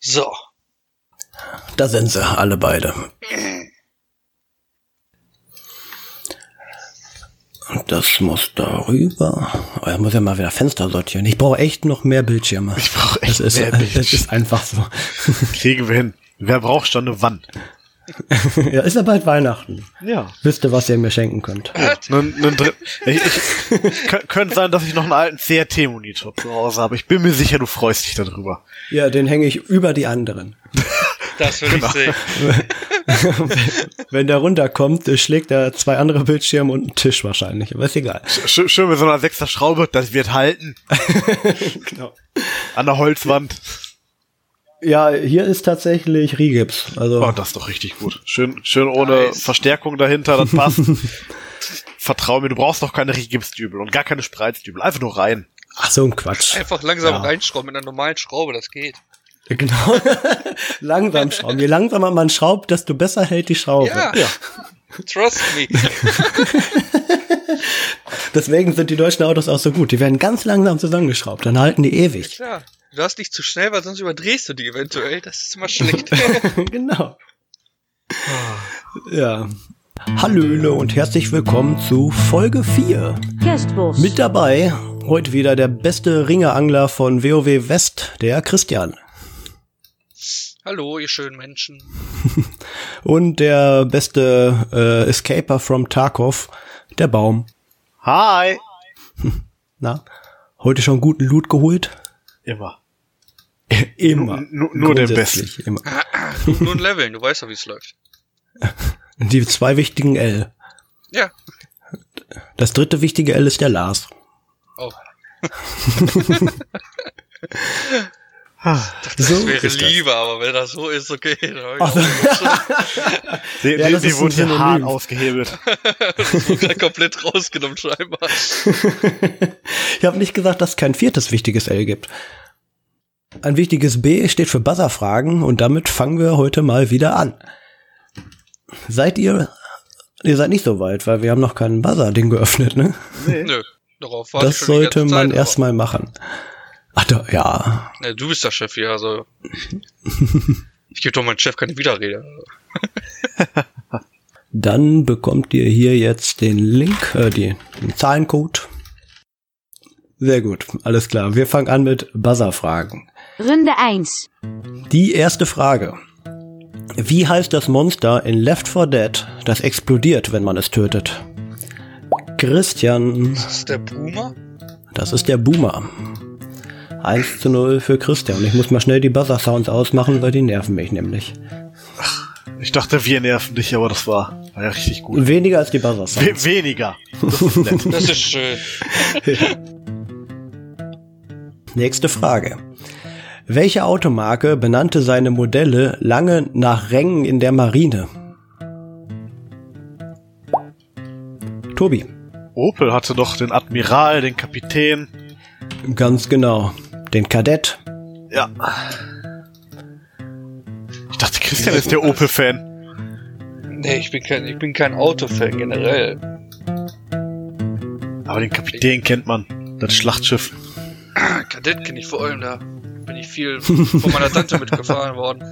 So. Da sind sie, alle beide. Das muss darüber. Oh, da muss ja mal wieder Fenster sortieren. Ich brauche echt noch mehr Bildschirme. Ich brauche das echt ist, mehr Das ist einfach so. Kriegen wir hin. Wer braucht schon eine Wand? ja, ist ja bald Weihnachten. Ja. Wisst ihr, was ihr mir schenken könnt? Nun, nun dr- ich, ich, kö- könnte sein, dass ich noch einen alten CRT-Monitor zu Hause habe. Ich bin mir sicher, du freust dich darüber. Ja, den hänge ich über die anderen. Das will Genau. ich sehen. Wenn der runterkommt, äh, schlägt er zwei andere Bildschirme und einen Tisch wahrscheinlich. Aber ist egal. Sch schön mit so einer sechster Schraube, das wird halten. Genau. An der Holzwand. Ja, hier ist tatsächlich Rigips. Also Oh, das ist doch richtig gut. Schön, schön ohne Nice. Verstärkung dahinter, das passt. Vertrau mir, du brauchst doch keine Rigipsdübel und gar keine Spreizdübel. Einfach nur rein. Ach, so ein Quatsch. Einfach langsam Ja. reinschrauben mit einer normalen Schraube, das geht. Genau. Langsam schrauben. Je langsamer man schraubt, desto besser hält die Schraube. Ja. Trust me. Deswegen sind die deutschen Autos auch so gut. Die werden ganz langsam zusammengeschraubt, dann halten die ewig. Klar. Du darfst nicht zu schnell, weil sonst überdrehst du die eventuell. Das ist immer schlecht. genau. Ja. Hallöle und herzlich willkommen zu Folge 4. Gerstwurst. Mit dabei heute wieder der beste Ringerangler von WoW West, der Christian. Hallo, ihr schönen Menschen. Und der beste äh, Escaper from Tarkov, der Baum. Hi. Na, heute schon guten Loot geholt? Immer. Immer. Nur- nur- nur den Grundsätzlich Immer. Nur ein Leveln, du weißt doch, wie es läuft. Die zwei wichtigen L. Ja. Das dritte wichtige L ist der Lars. Oh, das So wäre ist das. lieber, aber wenn das so ist, okay. Dann hab ich Ach so. Die, Ja, die, das die ist wurde ein hier hart Synonym. ausgehebelt. auch wieder komplett rausgenommen, scheinbar. Ich habe nicht gesagt, dass es kein viertes wichtiges L gibt. Ein wichtiges B steht für Buzzerfragen und damit fangen wir heute mal wieder an. Seid ihr, ihr seid nicht so weit, weil wir haben noch keinen Buzzer-Ding geöffnet, ne? Nö, darauf warte ich das schon die sollte ganze man Zeit, erstmal machen. Ach, da, ja. aber- Ne, du bist der Chef hier, also. ich gebe doch meinem Chef keine Widerrede. Dann bekommt ihr hier jetzt den Link, äh, die, den Zahlencode. Sehr gut, alles klar. Wir fangen an mit Buzzer-Fragen. Runde 1. Die erste Frage. Wie heißt das Monster in Left 4 Dead, das explodiert, wenn man es tötet? Christian, Das ist der Boomer? das ist der Boomer. 1 zu 0 für Christian. Ich muss mal schnell die Buzzer-Sounds ausmachen, weil die nerven mich nämlich. Ich dachte, wir nerven dich, aber das war, war ja richtig gut. Weniger als die Buzzer-Sounds. We weniger. Das ist nett. Das ist schön. Nächste Frage. Welche Automarke benannte seine Modelle lange nach Rängen in der Marine? Tobi. Opel hatte doch den Admiral, den Kapitän. Ganz genau. Den Kadett. Ja. Ich dachte, Christian ist der Opel-Fan. Nee, ich bin kein, ich bin kein Autofan generell. Aber den Kapitän kennt man. Das Schlachtschiff. Kadett kenne ich vor allem, da bin ich viel von meiner Tante mitgefahren worden.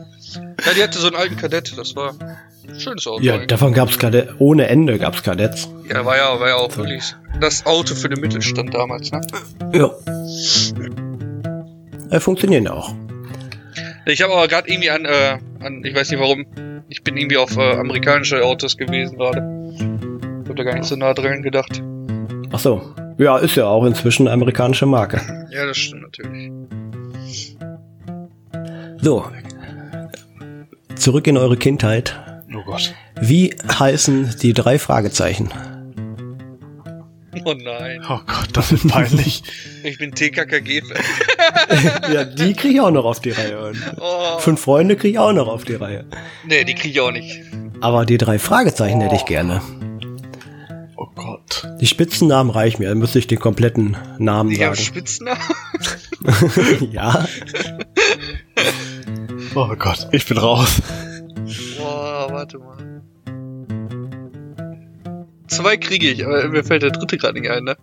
Ja, die hatte so einen alten Kadett, das war ein schönes Auto. Ja, eigentlich. davon gab's Kadett, ohne Ende gab's Kadetts. ja, war ja, war ja auch wirklich das Auto für den Mittelstand damals, ne? Ja. Äh, funktionieren auch. Ich habe aber gerade irgendwie an, äh, an, ich weiß nicht warum, ich bin irgendwie auf äh, amerikanische Autos gewesen gerade. Ich hab da gar nicht so nah dran gedacht. Ach so. Ja, ist ja auch inzwischen eine amerikanische Marke. Ja, das stimmt natürlich. So. Zurück in eure Kindheit. Oh Gott. Wie heißen die drei Fragezeichen? Oh nein, Oh Gott, das wird peinlich. ich bin TKKG-Fan. Ja, die krieg ich auch noch auf die Reihe. Und Oh, Fünf Freunde krieg ich auch noch auf die Reihe. nee, die kriege ich auch nicht. Aber die drei Fragezeichen hätte ich gerne. Oh Gott. Die Spitzennamen reichen mir, dann müsste ich den kompletten Namen Ich habe sagen. Spitznamen. Ja. Oh Gott, ich bin raus. Boah, warte mal. Zwei kriege ich, aber mir fällt der dritte gerade nicht ein, ne?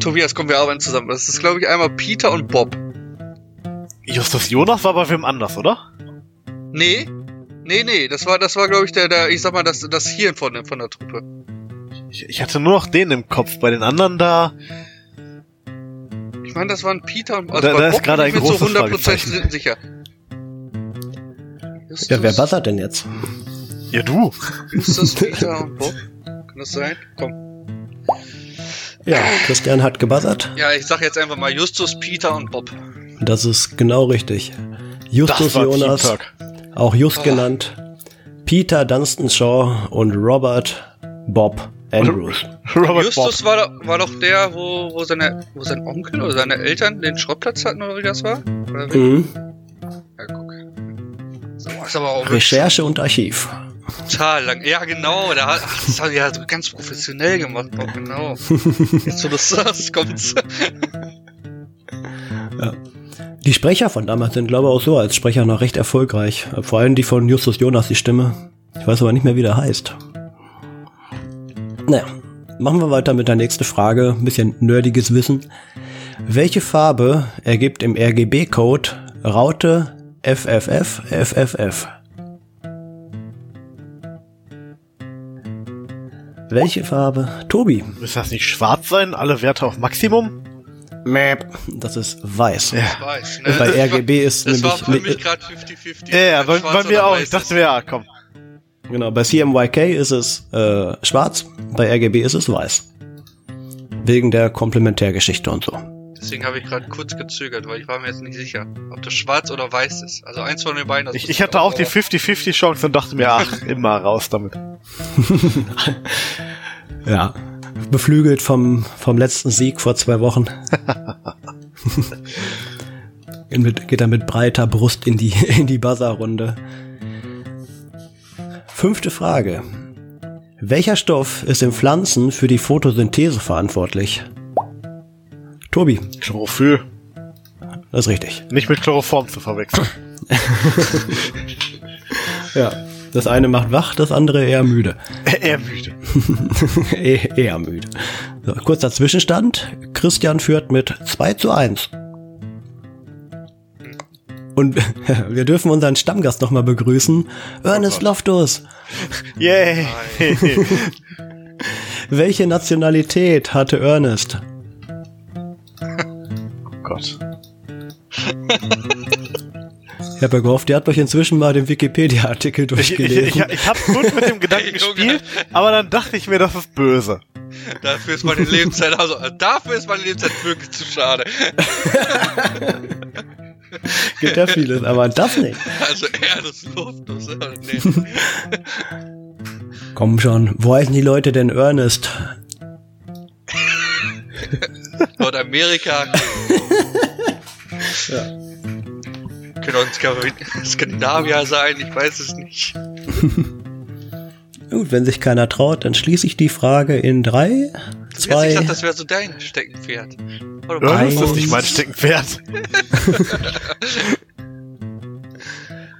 Tobias, komm, wir arbeiten zusammen. Das ist, glaube ich, einmal Peter und Bob. Justus Jonas war bei wem anders, oder? Nee. Nee, nee, das war, das war, glaube ich, der, der, ich sag mal, das, das Hirn von, der- von der Truppe. Ich, ich hatte nur noch den im Kopf. Bei den anderen da. Ich meine, das waren Peter und also Da- bei da ist Bob gerade bin ich ein mir großes Fragezeichen. sicher. Ja, wer Justus, buzzert denn jetzt? Ja, du. Justus, Peter und Bob. Kann das sein? Komm. Ja, Christian hat gebuzzert. Ja, ich sag jetzt einfach mal Justus, Peter und Bob. Das ist genau richtig. Das Justus war Jonas, Teamtalk. auch Just genannt, Peter Dunstonshaw und Robert Bob Andrews. Robert Justus Bob. war, doch- war doch der, wo, wo, seine, wo sein Onkel oder seine Eltern den Schrottplatz hatten oder wie das war? Oder Äh. wie? Mhm. Ja, guck. So, ist aber auch Recherche und Archiv. total lang. Ja, genau. Da, hat- ach, das hat er ja so ganz professionell gemacht. Bob, genau. Jetzt, wo du das sagst, kommt's. Die Sprecher von damals sind, glaube ich, auch so als Sprecher noch recht erfolgreich. Vor allem die von Justus Jonas, die Stimme. Ich weiß aber nicht mehr, wie der heißt. Naja, machen wir weiter mit der nächsten Frage. Ein bisschen nerdiges Wissen. Welche Farbe ergibt im RGB-Code Raute FFF FFF? Welche Farbe? Tobi. Müsste das nicht schwarz sein? Alle Werte auf Maximum? Das ist weiß. Ich weiß, ne? Bei Das RGB ist war, Das war für nämlich mich gerade 50-50. Ja, ja, bei, bei Schwarz mir oder auch. weiß Ich dachte mir, ja, komm. Genau, bei CMYK ist es äh, schwarz, bei RGB ist es weiß. Wegen der Komplementärgeschichte und so. Deswegen habe ich gerade kurz gezögert, weil ich war mir jetzt nicht sicher, ob das schwarz oder weiß ist. Also eins von den beiden. das Ich, wusste ich hatte auch die aber- 50-50 Chance und dachte mir, ach, immer raus damit. Ja. Beflügelt vom, vom letzten Sieg vor zwei Wochen. Geht mit, geht er mit breiter Brust in die, in die Buzzer-Runde. Fünfte Frage. Welcher Stoff ist in Pflanzen für die Photosynthese verantwortlich? Tobi, Chlorophyll. das ist richtig. Nicht mit Chloroform zu verwechseln. Ja. Das eine macht wach, das andere eher müde. er müde. Eh- Eher müde. So, kurzer Zwischenstand. Christian führt mit 2 zu 1. Und wir dürfen unseren Stammgast nochmal begrüßen. Oh Ernest Loftus. Yay. Welche Nationalität hatte Ernest? oh Gott. Ich habe ja gehofft, ihr habt euch inzwischen mal den Wikipedia-Artikel Ich, ich, ich, durchgelesen. ich hab gut mit dem Gedanken Junge. gespielt, aber dann dachte ich mir, das ist böse. Dafür ist meine Lebenszeit, also äh, dafür ist meine Lebenszeit wirklich zu schade. Gibt ja vieles, aber das nicht. Also er das Luft. Das, äh, nee. Komm schon, wo heißen die Leute denn Ernest? Nordamerika. Könnte auch ein Skandin- Skandinavier sein, ich weiß es nicht. Gut, wenn sich keiner traut, dann schließe ich die Frage in 3, Jetzt, ich 2, dachte, das wäre so dein Steckenpferd. Warte Ja, mal. das ist Eins. nicht mein Steckenpferd.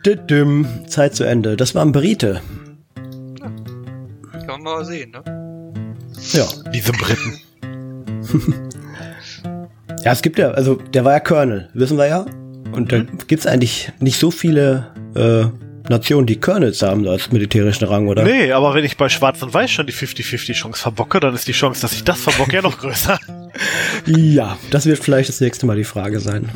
Düdüm. Zeit zu Ende. Das war ein Brite. Kann man mal sehen, ne? Ja. Diese Briten. Ja, es gibt ja, also der war ja Colonel, wissen wir ja. Und da Mhm. gibt's eigentlich nicht so viele äh, Nationen, die Colonels haben so als militärischen Rang, oder? Nee, aber wenn ich bei Schwarz und Weiß schon die 50-50 Chance verbocke, dann ist die Chance, dass ich das verbocke, ja noch größer. Ja, das wird vielleicht das nächste Mal die Frage sein.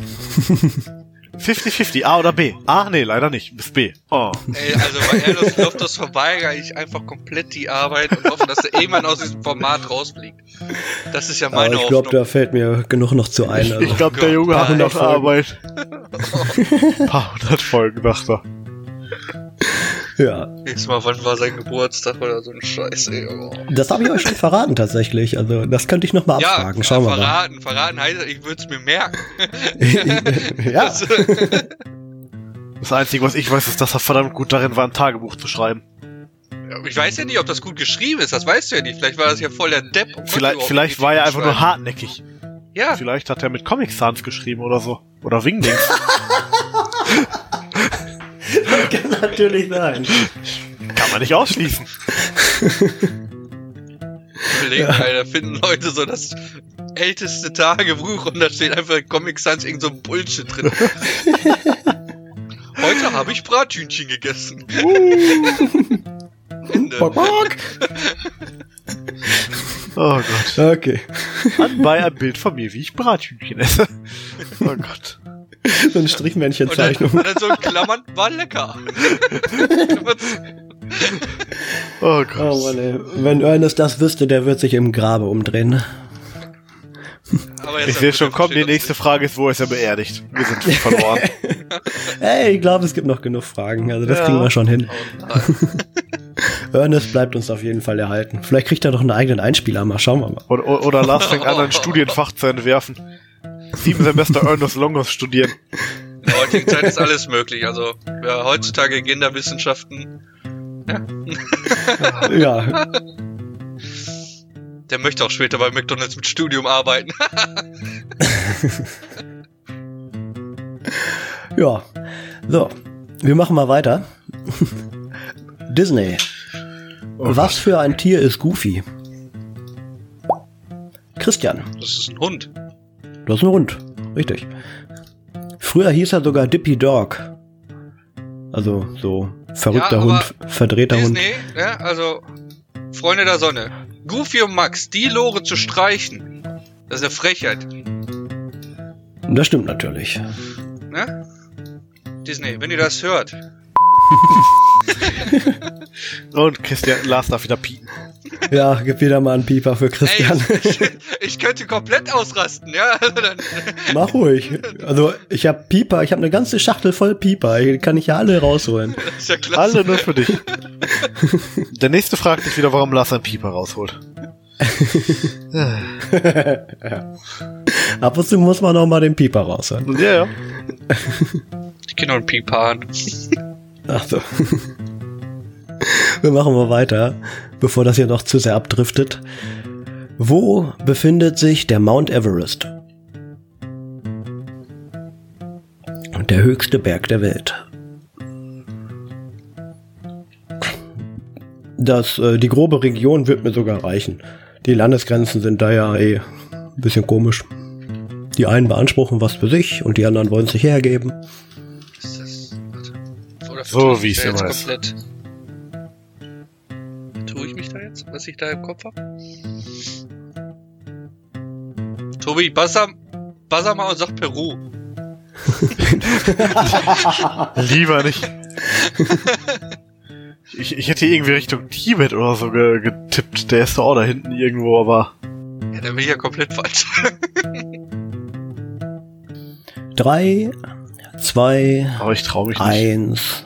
50-50, A oder B? A, nee, leider nicht. Bis B. Oh. Ey, also bei Erlos Loftus verweigere ich einfach komplett die Arbeit und hoffe, dass der Ehemann aus diesem Format rausfliegt. Das ist ja meine Aber ich Hoffnung. glaube, da fällt mir genug noch zu ein. Also. Ich glaube, Gott, der Junge paar hat hundert noch Arbeit. Ein paar hundert Folgen, dachte er. Ja, Nächstes Mal, wann war sein Geburtstag oder so ein Scheiß, ey. Oh. das habe ich euch schon verraten tatsächlich. Also das könnte ich noch mal Ja, abfragen. Schauen wir mal. verraten, verraten heißt, ich würde es mir merken. ja, Also, Das Einzige, was ich weiß, ist, dass er verdammt gut darin war, ein Tagebuch zu schreiben. ich weiß ja nicht, ob das gut geschrieben ist, das weißt du ja nicht. Vielleicht war das ja voll der Depp. und konnte Vielleicht, überhaupt vielleicht nicht war er einfach schreiben. nur hartnäckig. Ja, Vielleicht hat er mit Comic Sans geschrieben oder so. Oder Wingdings. kann natürlich sein. Kann man nicht ausschließen. Kollegen, Alter, finden Leute so das älteste Tagebuch und da steht einfach Comic Sans irgend so ein Bullshit drin. Heute habe ich Brathühnchen gegessen. Ende. Bock, bock. Oh Gott. Okay. Anbei ein Bild von mir, wie ich Brathühnchen esse. Oh Gott. So eine Und dann, Strichmännchenzeichnung. und dann so in Klammern, war lecker. Oh Gott. Oh Mann, ey. Wenn Ernest das wüsste, der wird sich im Grabe umdrehen. Aber ich sehe schon, komm, die nächste Frage ist, wo ist er beerdigt? Wir sind verloren. Ey, ich glaube, es gibt noch genug Fragen. Also das Ja. kriegen wir schon hin. Ernest bleibt uns auf jeden Fall erhalten. Vielleicht kriegt er noch einen eigenen Einspieler. Mal schauen wir mal. Oder, oder Lars fängt an, ein Studienfach zu entwerfen. Sieben Semester Ernest Longos studieren. In der heutigen Zeit ist alles möglich. Also, ja, heutzutage Genderwissenschaften, Ja. der möchte auch später bei McDonalds mit Studium arbeiten. Ja. So. Wir machen mal weiter. Disney. Oh Was für ein Tier ist Goofy? Christian. Das ist ein Hund. Das ist ein Hund, richtig. Früher hieß er sogar Dippy Dog. Also so verrückter Ja, aber Hund, verdrehter Disney, ja, also Freunde der Sonne. Goofy und Max, die Lore zu streichen, das ist eine Frechheit. Hund. Das stimmt natürlich. Ne? Disney, wenn ihr das hört. Und Christian, Lars darf wieder pieken. Ja, gib wieder mal einen Pieper für Ey, Christian. ich, ich könnte komplett ausrasten, ja? Also dann, Mach ruhig. Also ich habe Pieper, ich habe eine ganze Schachtel voll Pieper. Die kann ich ja alle rausholen. das ist ja klasse. Alle nur für dich. Der nächste fragt dich wieder, warum Lars einen Pieper rausholt. Ab und zu muss man noch mal den Pieper rausholen. Ja, ja. Ich kenne noch einen Pipan. Ach so. Also. Wir machen mal weiter, bevor das hier noch zu sehr abdriftet. Wo befindet sich der Mount Everest? Der höchste Berg der Welt. Das, äh, die grobe Region wird mir sogar reichen. Die Landesgrenzen sind da ja eh ein bisschen komisch. Die einen beanspruchen was für sich und die anderen wollen es nicht hergeben. Ist das. Warte. Oder So, vertue wie ich es mich da immer jetzt ist. Komplett. Tue ich mich da jetzt, was ich da im Kopf habe? Tobi, buzzer, buzzer mal und sag Peru. Lieber nicht. Ich, ich hätte irgendwie Richtung Tibet oder so ge getippt. Der ist doch auch da hinten irgendwo, aber. Ja, dann bin ich ja komplett falsch. Drei, zwei, Aber ich traue mich nicht. eins.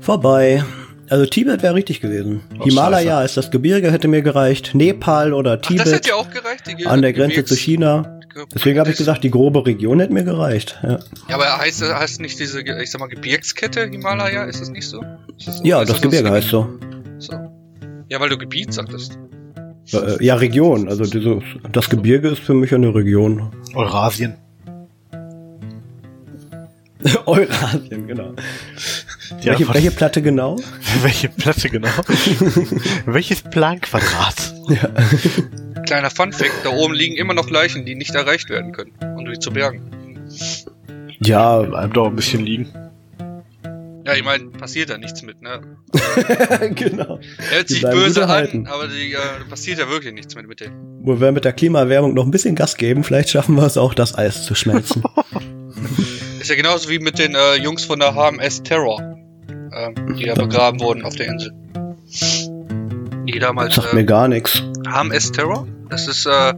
Vorbei. Also Tibet wäre richtig gewesen. Oh, Himalaya ist das Gebirge, hätte mir gereicht. Nepal oder Ach, das Tibet hätte ja auch gereicht. Die an der Grenze Gebirgs- zu China. Ge- Deswegen habe ich gesagt, die grobe Region hätte mir gereicht. Ja, Ja, aber heißt, das- heißt nicht diese, Ge- ich sag mal, Gebirgskette Himalaya? Ist das nicht so? Ist ja ist das Gebirge heißt so. So. Ja, weil du Gebiet sagtest. Äh, Ja, Region. Also dieses, das Gebirge ist für mich eine Region. Eurasien. Eurasien, genau. Die welche, Antwort- welche Platte genau? welche Platte genau? Welches Planquadrat? Kleiner Funfact, da oben liegen immer noch Leichen, die nicht erreicht werden können. Und die zu bergen. Ja, Bleibt doch ein bisschen liegen. Ja, ich meine, passiert da nichts mit, ne? genau. Hört Die sich bleiben gut böse erhalten. an, aber die, äh, passiert ja wirklich nichts mit, mit denen. Wo wir mit der Klimaerwärmung noch ein bisschen Gas geben, vielleicht schaffen wir es auch, das Eis zu schmelzen. Ist ja genauso wie mit den äh, Jungs von der HMS Terror, ähm, die da begraben wurden auf der Insel. Die damals Sagt äh, mir gar nichts. HMS Terror. Das ist, äh,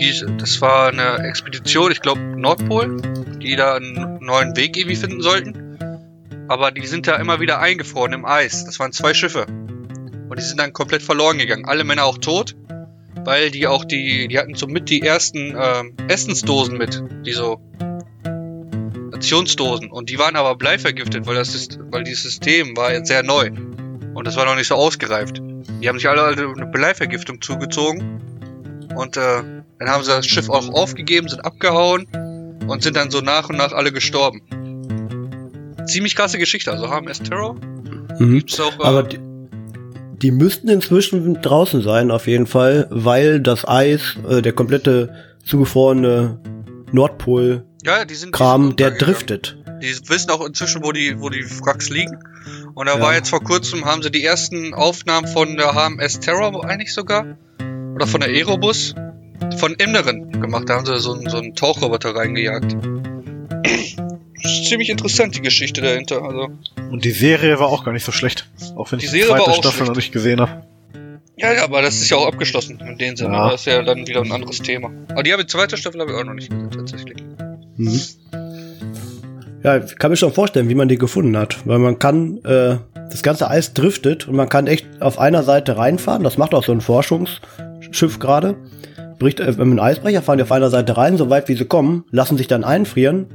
die, das war eine Expedition, ich glaube Nordpol, die da einen neuen Weg irgendwie finden sollten. Aber die sind da immer wieder eingefroren im Eis. Das waren zwei Schiffe. Und die sind dann komplett verloren gegangen. Alle Männer auch tot, weil die auch die, die hatten somit die ersten ähm, Essensdosen mit, die so Rationsdosen. Und die waren aber bleivergiftet, weil das ist, weil dieses System war jetzt sehr neu. Und das war noch nicht so ausgereift. Die haben sich alle eine Bleivergiftung zugezogen. Und äh, dann haben sie das Schiff auch aufgegeben, sind abgehauen und sind dann so nach und nach alle gestorben. Ziemlich krasse Geschichte. Also HMS Terror Mhm. gibt's auch. Äh, Aber die, Die müssten inzwischen draußen sein, auf jeden Fall, weil das Eis, äh, der komplette zugefrorene Nordpol-Kram, Ja, die sind. die sind der untergegangen. driftet. Die wissen auch inzwischen, wo die, wo die Wracks liegen. Und da Ja. war jetzt vor kurzem, haben sie die ersten Aufnahmen von der HMS Terror eigentlich sogar. Oder von der Aerobus. Von Inneren gemacht. Da haben sie so, einen- so einen Tauchroboter reingejagt. Ist ziemlich interessant, die Geschichte dahinter. Also, Und die Serie war auch gar nicht so schlecht. Auch wenn Die ich die Serie war zweite auch Staffel noch nicht gesehen habe. ja, ja, aber das ist ja auch abgeschlossen in dem Sinne. Ja. Das ist ja dann wieder ein anderes Thema. Aber die, haben die zweite Staffel habe ich auch noch nicht gesehen, tatsächlich. Mhm. Ja, ich kann mir schon vorstellen, wie man die gefunden hat. Weil man kann, äh, das ganze Eis driftet und man kann echt auf einer Seite reinfahren. Das macht auch so ein Forschungsschiff gerade. Bricht, äh, mit einem Eisbrecher fahren die auf einer Seite rein, so weit wie sie kommen, lassen sich dann einfrieren,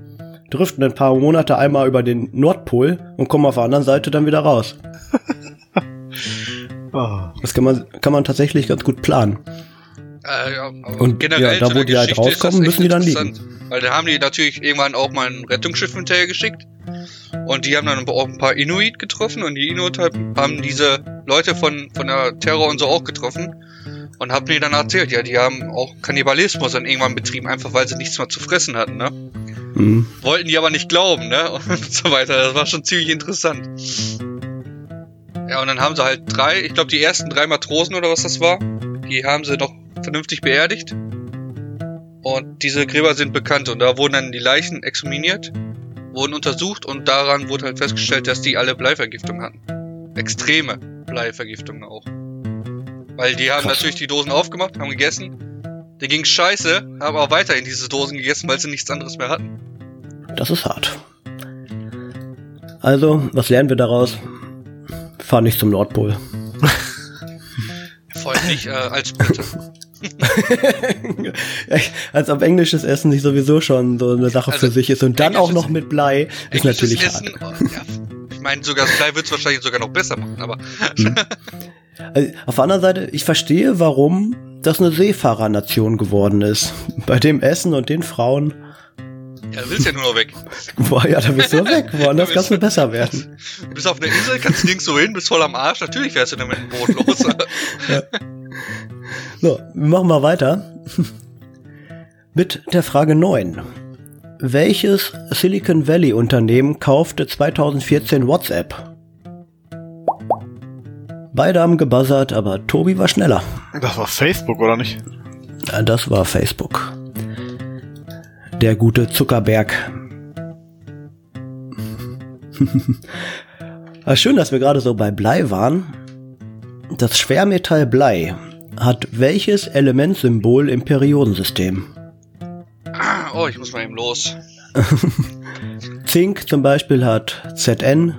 driften ein paar Monate einmal über den Nordpol und kommen auf der anderen Seite dann wieder raus. Ah. Das kann man, kann man tatsächlich ganz gut planen. Äh, ja, aber Und ja, da, zu wo der die halt Geschichte ist das rauskommen, müssen die echt dann liegen. interessant. Weil da haben die natürlich irgendwann auch mal ein Rettungsschiff hinterher geschickt. Und die haben dann auch ein paar Inuit getroffen. Und die Inuit halt- haben diese Leute von, von der Terror und so auch getroffen. Und haben mir dann erzählt, ja, die haben auch Kannibalismus dann irgendwann betrieben, einfach weil sie nichts mehr zu fressen hatten, ne? Mhm. Wollten die aber nicht glauben, ne? Und so weiter. Das war schon ziemlich interessant. Ja, und dann haben sie halt drei, ich glaube, die ersten drei Matrosen oder was das war, die haben sie noch vernünftig beerdigt. Und diese Gräber sind bekannt und da wurden dann die Leichen exhumiert, wurden untersucht und daran wurde halt festgestellt, dass die alle Bleivergiftung hatten. Extreme Bleivergiftungen auch. Weil die haben Krass. natürlich die Dosen aufgemacht, haben gegessen. Die ging scheiße, haben aber weiterhin diese Dosen gegessen, weil sie nichts anderes mehr hatten. Das ist hart. Also, was lernen wir daraus? Fahr nicht zum Nordpol. Vor allem nicht äh, als Bitte. Als ob englisches Essen nicht sowieso schon so eine Sache Also, für sich ist und dann auch noch mit Blei, ist Englisches natürlich hart. Essen, oh, ja, ich meine, sogar das Blei wird es wahrscheinlich sogar noch besser machen, aber Also, auf der anderen Seite, ich verstehe, warum das eine Seefahrernation geworden ist. Bei dem Essen und den Frauen, ja, du willst ja nur noch weg. boah, ja, da bist du weg, woanders kannst du besser werden. Du bist auf einer Insel, kannst nirgends so hin, bist voll am Arsch. Natürlich wärst du dann mit dem Boot los. So, wir machen mal weiter. Mit der Frage 9. Welches Silicon Valley Unternehmen kaufte 2014 WhatsApp? Beide haben gebuzzert, aber Tobi war schneller. Das war Facebook, oder nicht? Ah, Das war Facebook. Der gute Zuckerberg. Ah, Schön, dass wir gerade so bei Blei waren. Das Schwermetall Blei hat welches Elementsymbol im Periodensystem? Ah, oh, ich muss mal eben los. Zink zum Beispiel hat ZN.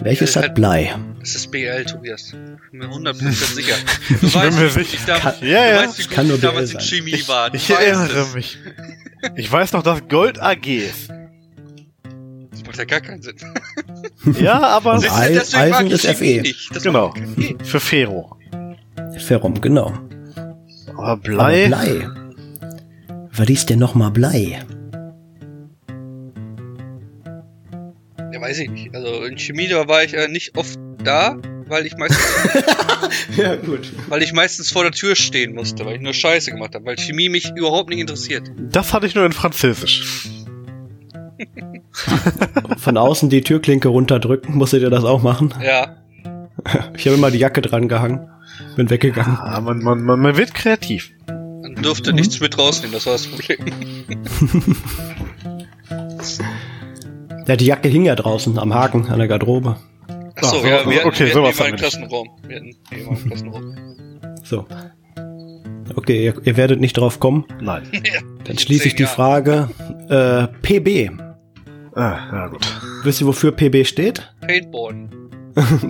Welches Äh, hat Blei? Es ist BL, Tobias. Ich bin mir 100% sicher. Du Ich bin mir sicher. ich damals, Kann- ja, ja. Du weißt, wie Es gut kann nur ich damals BL in sein. Chemie war. Du Ich weißt erinnere es. mich. Ich weiß noch, dass Gold AG ist. Das macht ja gar keinen Sinn. Ja, aber Und Siehst du, Ei- deswegen mag Eisen ich ist Chemie Fe. nicht. Das genau. macht keinen Sinn. Für Ferro. Ferrum, genau. Aber Aber Blei. Blei. Was ist denn nochmal Blei? Ja, weiß ich nicht. Also in Chemie da war ich äh, nicht oft da, weil ich meistens, Ja, gut. weil ich meistens vor der Tür stehen musste, weil ich nur Scheiße gemacht habe, weil Chemie mich überhaupt nicht interessiert. Das hatte ich nur in Französisch. Von außen die Türklinke runterdrücken, musstet ihr das auch machen? Ja. Ich habe immer die Jacke dran gehangen, bin weggegangen. Ah, man, man, man, man wird kreativ. Man durfte nichts mit rausnehmen, das war das Problem. Ja, die Jacke hing ja draußen am Haken an der Garderobe. Achso, ja, Ach, so- wir hatten, okay, wir hatten sowas immer haben einen wir nicht. Klassenraum. Wir hatten immer einen Klassenraum. So. Okay, ihr, ihr werdet nicht drauf kommen. Nein. Dann schließe ich die Zehn Jahre. Frage. Äh, PB. Ah, ja, gut. Wisst ihr, wofür PB steht? Paintball.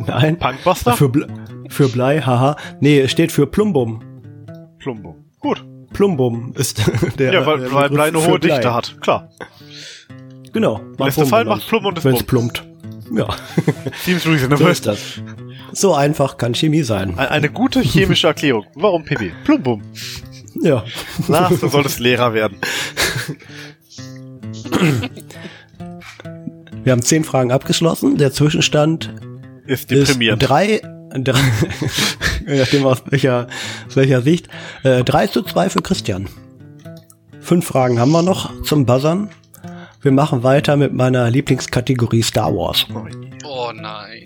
Nein. Punkbuster? Für, Ble für Blei, haha. Nee, es steht für Plumbum. Plumbo. Gut. Plumbum ist der. Ja, weil, der weil Blei Begriff eine für hohe Blei. Dichte hat. Klar. Genau. Lässt du fallen, macht Plumm und es Wenn es plumpt. Ja, Seems so reasonable. ist das. So einfach kann Chemie sein. Ein- Eine gute chemische Erklärung. Warum PB? Plumbum. Ja. Lars, du solltest Lehrer werden. Wir haben zehn Fragen abgeschlossen. Der Zwischenstand Ist ist deprimierend. drei, drei je nachdem aus welcher, aus welcher Sicht, äh, drei zu zwei für Christian. Fünf Fragen haben wir noch zum Buzzern. Wir machen weiter mit meiner Lieblingskategorie Star Wars. Oh nein.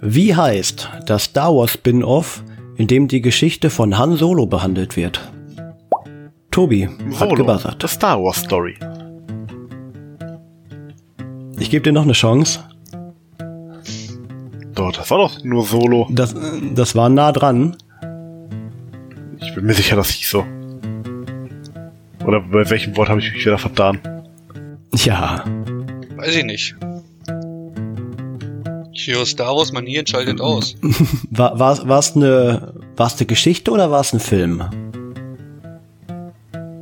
Wie heißt das Star Wars Spin-off, in dem die Geschichte von Han Solo behandelt wird? Tobi hat Solo, gebuzzert. The Star Wars Story. Ich gebe dir noch eine Chance. Doch, das war doch nur Solo. Das, das war nah dran. Ich bin mir sicher, das hieß so. Oder bei welchem Wort habe ich mich wieder vertan? Ja, Weiß ich nicht. Kiro Star Wars, man hier entscheidet aus. war war war's eine war's eine Geschichte oder war's ein Film?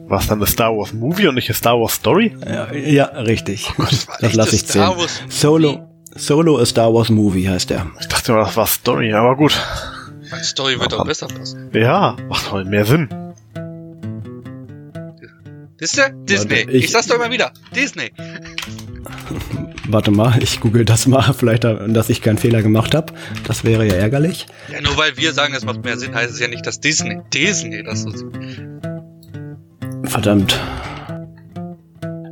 War es dann eine Star Wars Movie und nicht eine Star Wars Story? Ja, Äh, ja richtig. Oh das war echt lass eine ich zählen. Star Wars Movie? Solo Solo a Star Wars Movie heißt er. Ich dachte immer, das war Story, aber gut. Meine Story wird auch besser passen. Ja, macht doch mehr Sinn. Wisst ihr? Disney. ich- Ich, sag's doch immer wieder. Disney. Warte mal, ich google das mal, vielleicht dass ich keinen Fehler gemacht habe. Das wäre ja ärgerlich. Ja, nur weil wir sagen, das macht mehr Sinn, heißt es ja nicht, dass Disney, Disney das so sieht. Verdammt.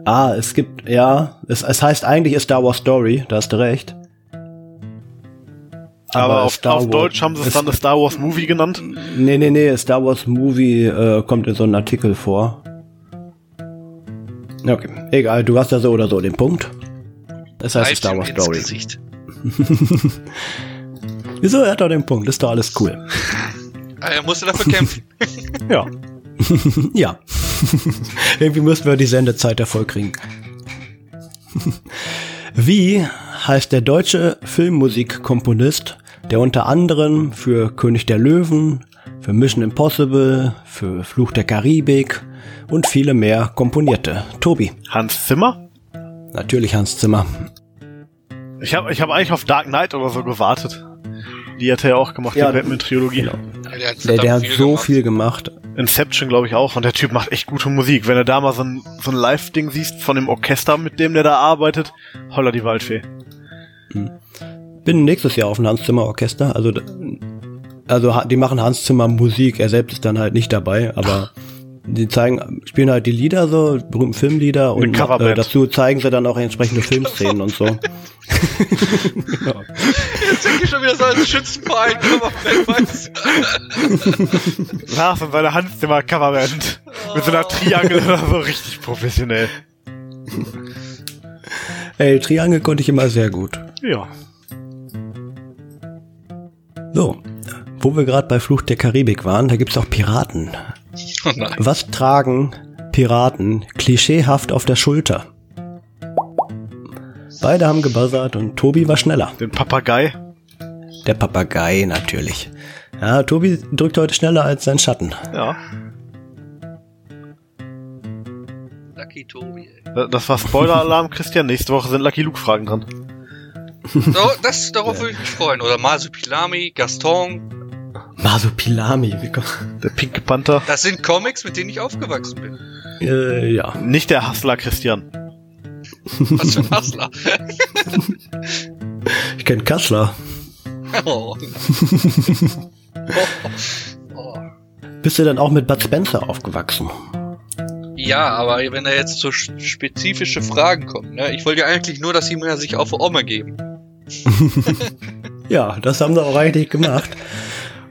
Ah, es gibt ja, es, es heißt eigentlich ist Star Wars Story, da hast du recht. Aber, auf, Star auf Wars- Deutsch haben sie es dann eine Star Wars Movie genannt. Nee, nee, nee, Star Wars Movie äh, kommt in so einem Artikel vor. Okay, egal, du hast ja so oder so den Punkt. Es heißt Star Wars Story. Gesicht. Wieso er hat er den Punkt? Ist doch alles cool. Ah, Er musste dafür kämpfen. Ja. ja. Irgendwie müssen wir die Sendezeit ja voll kriegen. Wie heißt der deutsche Filmmusikkomponist, der unter anderem für König der Löwen, für Mission Impossible, für Fluch der Karibik und viele mehr komponierte? Tobi. Hans Zimmer? Natürlich Hans Zimmer. Ich habe ich hab eigentlich auf Dark Knight oder so gewartet. Die hat er ja auch gemacht, Ja, genau. die Batman-Trilogie. Der hat, Der, verdammt der hat so gemacht. viel gemacht. Inception, glaube ich, auch. Und der Typ macht echt gute Musik. Wenn du da mal so ein, so ein Live-Ding siehst von dem Orchester, mit dem der da arbeitet, holla die Waldfee. Bin nächstes Jahr auf dem Hans Zimmer Orchester. Also, d- also ha- die machen Hans Zimmer Musik. Er selbst ist dann halt nicht dabei, aber die zeigen, spielen halt die Lieder so, berühmten Filmlieder und Coverband. äh, dazu zeigen sie dann auch entsprechende Filmszenen und so. Jetzt denke ich schon wieder so als Schützenverein, aber vielleicht weiß Lars und seine Hans Zimmer Coverband. Mit so einer Triangel oder so richtig professionell. Ey, Triangle konnte ich immer sehr gut. Ja. So, wo wir gerade bei Fluch der Karibik waren, da gibt's auch Piraten. Oh nein. Was tragen Piraten klischeehaft auf der Schulter? Beide haben gebuzzert und Tobi war schneller. Den Papagei. Der Papagei natürlich. Ja, Tobi drückt heute schneller als sein Schatten. Ja. Lucky Tobi, ey. Da- Das war Spoiler-Alarm, Christian. Nächste Woche sind Lucky Luke-Fragen dran. So, das, darauf würde ich mich freuen. Oder Masupilami, Gaston. Masupilami. wie ko- Der pinke Panther. Das sind Comics, mit denen ich aufgewachsen bin. Äh, ja. Nicht der Hassler Christian. Was für ein Hassler. Ich kenne Kassler. oh. Oh. Oh. Bist du dann auch mit Bud Spencer aufgewachsen? Ja, aber wenn da jetzt so sch- spezifische Fragen kommen, ne? Ich wollte ja eigentlich nur, dass sie mir sich auf die Oma geben. Ja, das haben sie auch eigentlich gemacht.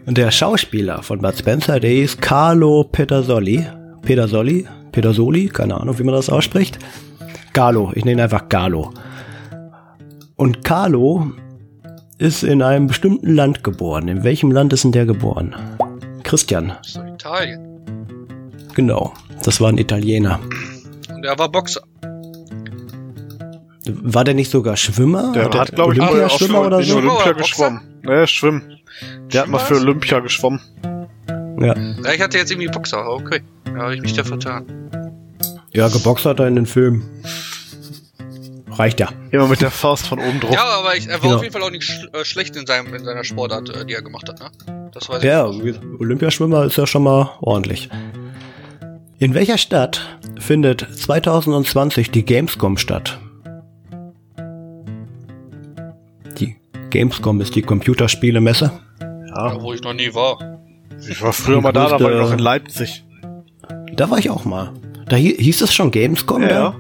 Und der Schauspieler von Bud Spencer, der hieß Carlo Pedersoli. Pedersoli? Pedersoli? Keine Ahnung, wie man das ausspricht. Carlo, ich nenne ihn einfach Carlo. Und Carlo ist in einem bestimmten Land geboren. In welchem Land ist denn der geboren? Christian, Das ist doch Italien. genau. Das war ein Italiener. Und er war Boxer. War der nicht sogar Schwimmer? Der hat, glaube ich, vorher auch Olympiaschwimmer schon oder in so? Olympia Boxer? geschwommen. Ne, schwimmen. Der hat mal für Olympia geschwommen. Ja. Ja, ich hatte jetzt irgendwie Boxer, okay. Da habe ich mich da vertan. ja, geboxt hat er in den Film. Reicht ja. Immer mit der Faust von oben drauf. Ja, aber ich, er war Genau. auf jeden Fall auch nicht schl äh, schlecht in, seinem, in seiner Sportart, äh, die er gemacht hat, ne? Das weiß Ja, ich. Olympiaschwimmer ist ja schon mal ordentlich. In welcher Stadt findet 2020 die Gamescom statt? Gamescom ist die Computerspielemesse. Ja. wo ich noch nie war. Ich war früher mal da, da war ich äh, noch in Leipzig. Da war ich auch mal. Da hi- hieß es schon Gamescom? da?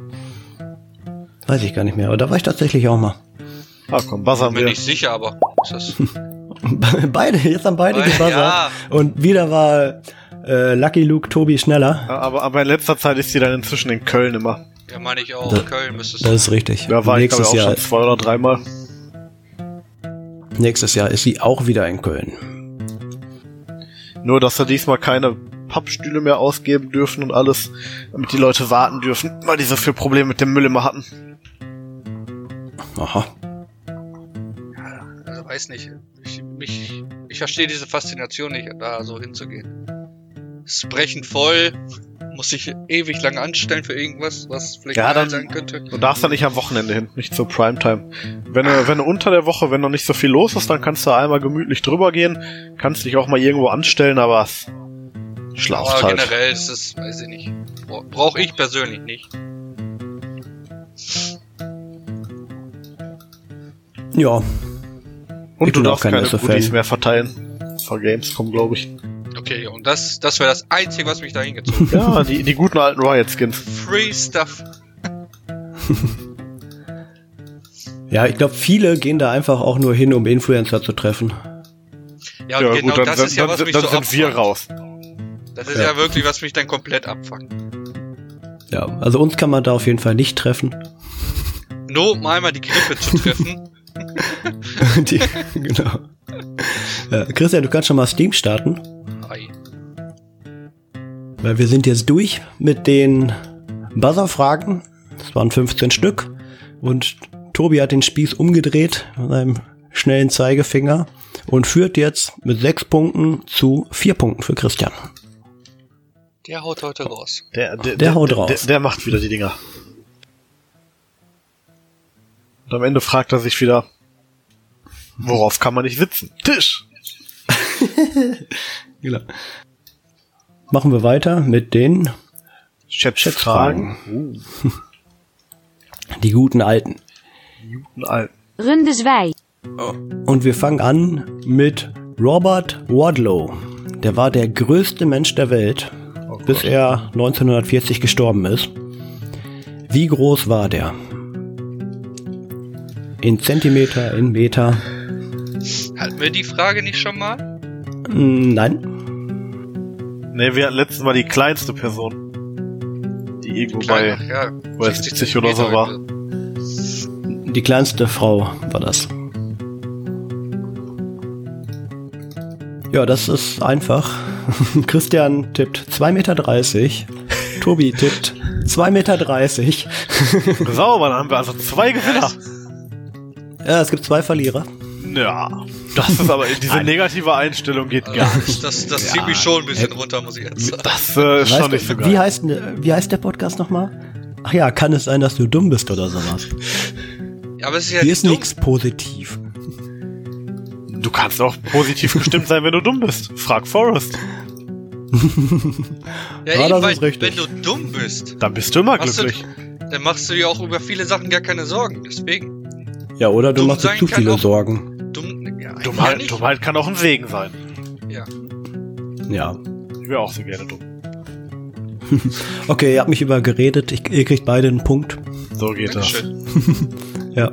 Weiß ich gar nicht mehr, aber da war ich tatsächlich auch mal. Ah, komm, buzzern Bin wir. ich sicher, aber ist das. Beide, jetzt haben beide Beide, gebuzzert. ja. Und wieder war äh, Lucky Luke Tobi schneller. Ja, aber, aber in letzter Zeit ist sie dann inzwischen in Köln immer. Ja, meine ich auch. Da- Köln müsste es Das sein. ist richtig. Da war nächstes, ich glaube Jahr, ich, auch schon zwei oder dreimal. nächstes Jahr ist sie auch wieder in Köln. Nur, dass sie diesmal keine Pappstühle mehr ausgeben dürfen und alles, damit die Leute warten dürfen, weil die so viel Probleme mit dem Müll immer hatten. Aha. Also weiß nicht. Ich, mich, ich verstehe diese Faszination nicht, da so hinzugehen. Es ist brechend voll, muss sich ewig lange anstellen für irgendwas, was vielleicht Ja, geil dann- sein könnte. Du darfst dann nicht am Wochenende hin, nicht zur Primetime. Wenn du, wenn du unter der Woche, wenn noch nicht so viel los ist, dann kannst du einmal gemütlich drüber gehen, kannst dich auch mal irgendwo anstellen, aber es schlaucht Aber halt. generell ist es, weiß ich nicht. Bra- Brauche ich persönlich nicht. Ja. Ich Und du bin auch darfst kein keine Messe-Fan. Goodies mehr verteilen. Vor Gamescom, glaube ich. Okay, und das, das wäre das Einzige, was mich da hingezogen hat. Ja, die, die guten alten Riot-Skins. Free Stuff. Ja, ich glaube, viele gehen da einfach auch nur hin, um Influencer zu treffen. Ja, und genau das ist ja, was mich so sind wir abfuckt. raus. Das ist Ja. ja. wirklich, was mich dann komplett abfuckt. Ja, also uns kann man da auf jeden Fall nicht treffen. Nur um einmal die Grippe zu treffen. Die, genau. Ja, Christian, du kannst schon mal Steam starten, Ei. weil wir sind jetzt durch mit den Buzzer-Fragen. Das waren 15 Stück. Und Tobi hat den Spieß umgedreht mit seinem schnellen Zeigefinger und führt jetzt mit sechs Punkten zu vier Punkten für Christian. Der haut heute raus. Der, der, Der haut raus. Der, der macht wieder die Dinger. Und am Ende fragt er sich wieder, worauf kann man nicht sitzen? Tisch! Genau. Machen wir weiter mit den Schätzfragen. die guten Alten. Guten alten. Runde 2. Und wir fangen an mit Robert Wardlow. Der war der größte Mensch der Welt, bis er 1940 gestorben ist. Wie groß war der? In Zentimeter, in Meter? Hatten wir die Frage nicht schon mal? Mm, Nein, Ne, wir hatten letztens mal die kleinste Person. Die irgendwo Kleiner, bei ja, bei 70 oder so war. Zentimeter. die kleinste Frau war das. Ja, das ist einfach. Christian tippt 2,30 Meter. Tobi tippt 2,30 Meter. Sauber, dann haben wir also zwei Gewinner. Ja, es gibt zwei Verlierer. Ja, das ist aber diese negative Einstellung geht Also, gar nicht. Das, das, das zieht mich schon ein bisschen runter, muss ich jetzt sagen. Das äh, ist Weißt schon du, nicht so Wie geil. heißt, denn- wie heißt der Podcast nochmal? Ach ja, kann es sein, dass du dumm bist oder sowas? Ja, aber es ist ja Hier nicht ist dumm. nichts positiv. Du kannst auch positiv gestimmt sein, wenn du dumm bist. Frag Forrest. Ja, Ja, eben, das weil, ist richtig. Wenn du dumm bist, Dann bist du immer Hast du- glücklich. dann machst du dir auch über viele Sachen gar keine Sorgen. Deswegen. Ja, oder du Dumm machst dir sein zu kann viele auch- Sorgen. Dumm, ja, ja Dummheit, nicht. Dummheit kann auch ein Segen sein. halt. Ja. Ja. Ich wäre auch so gerne dumm. Okay, ihr habt mich übergeredet. Ich, ihr kriegt beide einen Punkt. So geht das. Dankeschön. Ja.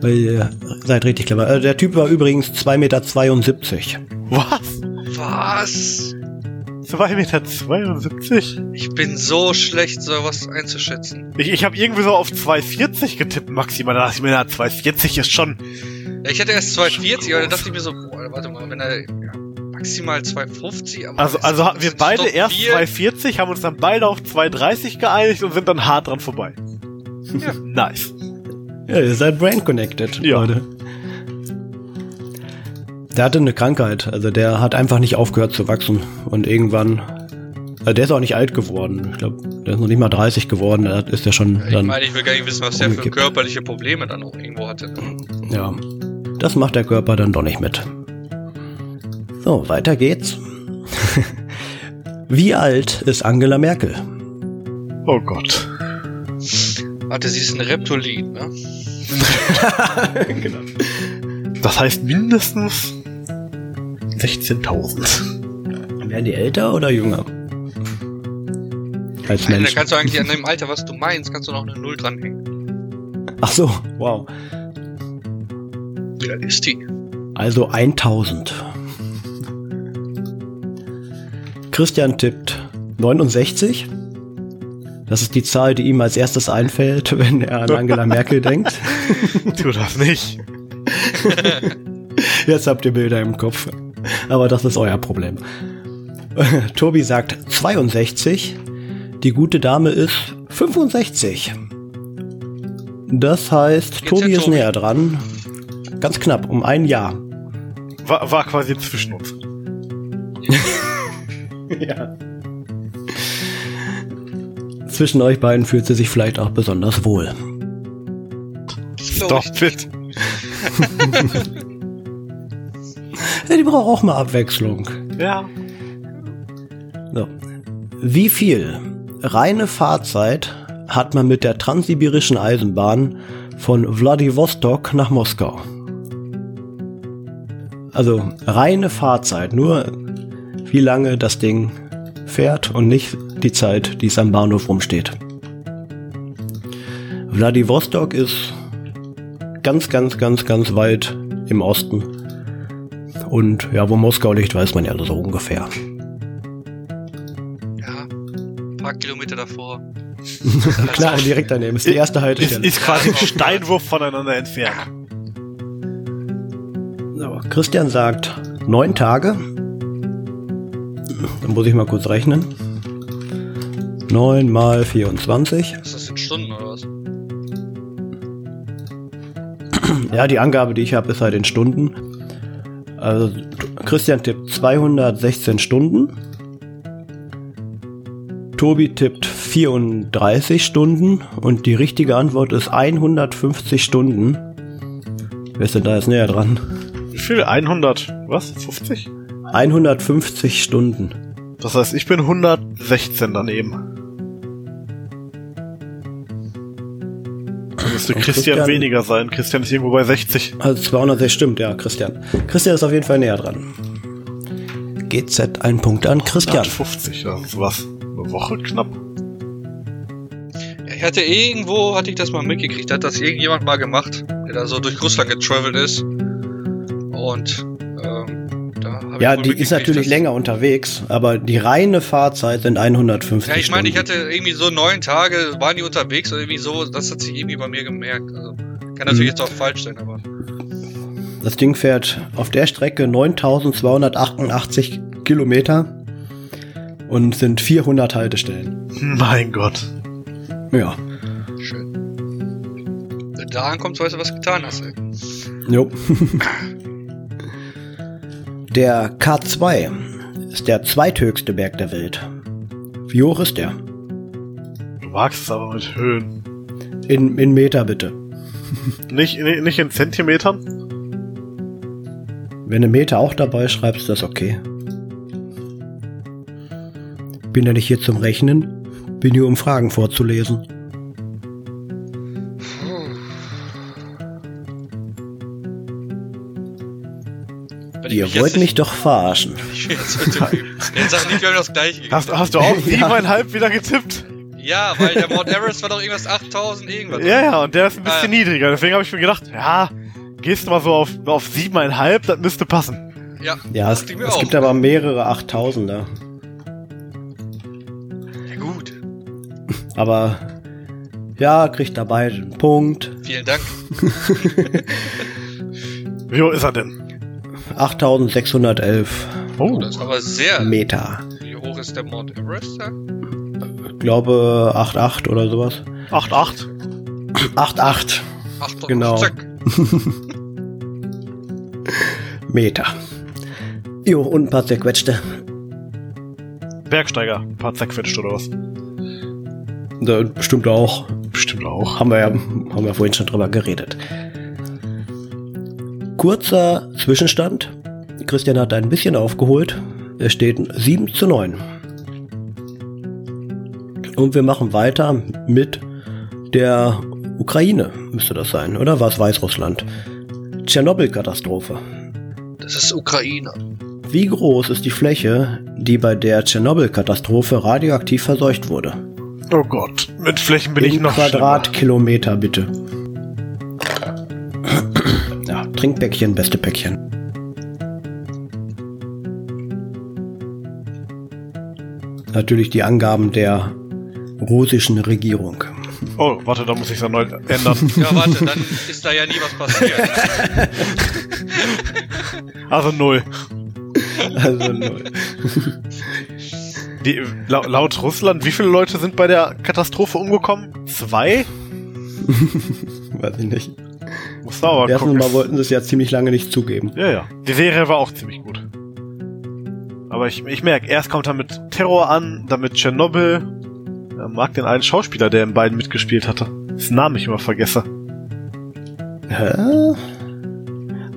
Weil ihr seid richtig clever. Äh, der Typ war übrigens 2,72 Meter. Was? Was? 2,72 Meter? Ich bin so schlecht, sowas einzuschätzen. Ich, ich habe irgendwie so auf 2,40 getippt, maximal. Da dachte ich mir, na, 2,40 ist schon. Ja, ich hatte erst 240, aber dann dachte ich mir so, boah, warte mal, wenn er ja, maximal 250, aber Also, das- also hatten das wir ist beide doch erst viel. 2,40, haben uns dann beide auf 2,30 geeinigt und sind dann hart dran vorbei. Nice. Ja, ihr seid brain connected, Ja. Leute. Der hatte eine Krankheit. Also der hat einfach nicht aufgehört zu wachsen. Und irgendwann. Also der ist auch nicht alt geworden. Ich glaube, der ist noch nicht mal 30 geworden. Da ist der schon Ich dann. meine, ich will gar nicht wissen, was der für umgekippt. körperliche Probleme dann auch irgendwo hatte. Ja. Das macht der Körper dann doch nicht mit. So, weiter geht's. Wie alt ist Angela Merkel? Oh Gott. Warte, sie ist ein Reptolin, ne? Das heißt mindestens 16.000. Werden die älter oder jünger? Als Da Mensch. kannst du eigentlich an dem Alter, was du meinst, kannst du noch eine Null dranhängen. Ach so, wow. Wie alt ist die? Also 1000. Christian tippt 69. Das ist die Zahl, die ihm als erstes einfällt, wenn er an Angela Merkel denkt. Tu das nicht. Jetzt habt ihr Bilder im Kopf. Aber das ist euer Problem. Tobi sagt 62. Die gute Dame ist 65. Das heißt, Jetzt Tobi der ist Tobi. näher dran. Ganz knapp, um ein Jahr. War, war quasi zwischen uns. Ja. Zwischen euch beiden fühlt sie sich vielleicht auch besonders wohl. Ich glaub, Stop it. Ja, die braucht auch mal Abwechslung. Ja. So. Wie viel reine Fahrzeit hat man mit der transsibirischen Eisenbahn von Wladiwostok nach Moskau? Also reine Fahrzeit, nur wie lange das Ding fährt und nicht die Zeit, die es am Bahnhof rumsteht. Wladiwostok ist ganz, ganz, ganz, ganz weit im Osten. Und ja, wo Moskau liegt, weiß man ja so ungefähr. Ja, ein paar Kilometer davor. Klar, direkt daneben ist die erste Ist, Haltestelle. ist quasi ein Steinwurf voneinander entfernt. So, Christian sagt neun Tage. Dann muss ich mal kurz rechnen. Neun mal 24. Ist das in Stunden oder was? Ja, die Angabe, die ich habe, ist halt in Stunden. Also Christian tippt 216 Stunden. Tobi tippt 34 Stunden und die richtige Antwort ist 150 Stunden. Wer ist denn da jetzt näher dran? Wie viel? 100, was? 50? 150 Stunden. Das heißt, ich bin 116 daneben. Dann Müsste Und Christian, Christian- weniger sein. Christian ist irgendwo bei 60. Also 206 stimmt, ja, Christian. Christian ist auf jeden Fall näher dran. GZ ein Punkt an Christian. 50, das ist was. Eine Woche knapp. Ich hatte irgendwo, hatte ich das mal mitgekriegt, hat das irgendjemand mal gemacht, der da so durch Russland getravelt ist. Und ähm, da habe Ja, ich wohl die ist mitgekriegt, natürlich dass- länger unterwegs, aber die reine Fahrzeit sind 150 Ja, ich meine, ich Stunden. hatte irgendwie so neun Tage, waren die unterwegs oder irgendwie so, das hat sich irgendwie bei mir gemerkt. Also, kann Mhm. natürlich jetzt auch falsch sein, aber Das Ding fährt auf der Strecke 9288 Kilometer und sind 400 Haltestellen. Mein Gott. Ja, schön. Wenn du da ankommst, weißt du, was du getan hast. Ey. jo. der K2 ist der zweithöchste Berg der Welt. Wie hoch ist der? Du magst es aber mit Höhen. In, in Meter bitte. Nicht, nicht nicht in Zentimetern? Wenn du Meter auch dabei schreibst, ist das okay. Bin ja nicht hier zum Rechnen, bin hier um Fragen vorzulesen. Wenn ich Ihr mich jetzt wollt mich doch verarschen. nicht- Jetzt, mit dem- jetzt sag nicht, wir haben das gleiche gekriegt. Hast, hast du auch siebeneinhalb wieder getippt? Ja, weil der Mount Everest war doch irgendwas 8000 irgendwas. Ja, ja, und der ist ein bisschen Ah. niedriger. Deswegen habe ich mir gedacht, ja, gehst du mal so auf, auf siebeneinhalb, das müsste passen. Ja, Ja, es, dachte ich mir es auch. gibt aber mehrere 8000er. ja, gut. Aber ja, kriegt dabei einen Punkt. Vielen Dank. Wie hoch ist er denn? 8611 Oh, Das ist aber sehr. Meter. Wie hoch ist der Mount Everest? da? Ich glaube 88 oder sowas. 8,8. 88 8000. Genau. Zack. Meter. Jo, und ein paar zerquetschte. Bergsteiger. Ein paar zerquetscht oder was? Da Bestimmt auch. Bestimmt auch. Haben wir ja, haben wir vorhin schon drüber geredet. Kurzer Zwischenstand. Christian hat ein bisschen aufgeholt. Es steht 7 zu 9. Und wir machen weiter mit der Ukraine, müsste das sein, oder war es Weißrussland? Tschernobyl-Katastrophe. Das ist Ukraine. Wie groß ist die Fläche, die bei der Tschernobyl-Katastrophe radioaktiv verseucht wurde? Oh Gott, mit Flächen bin ich In noch Quadratkilometer bitte. Ja, Trinkpäckchen, beste Päckchen. Natürlich die Angaben der russischen Regierung. schlimmer. Oh, warte, da muss ich es erneut ändern. Ja, warte, dann ist da ja nie was passiert. also null. Also null. Die, lau- laut Russland, wie viele Leute sind bei der Katastrophe umgekommen? Zwei? Weiß ich nicht. Muss da aber Erstens gucken. mal wollten sie es ja ziemlich lange nicht zugeben. Ja, ja. Die Serie war auch ziemlich gut. Aber ich, ich merke, erst kommt er mit Terror an, dann mit Tschernobyl. Er mag den einen Schauspieler, der in beiden mitgespielt hatte. Dessen Namen ich immer vergesse. Hä?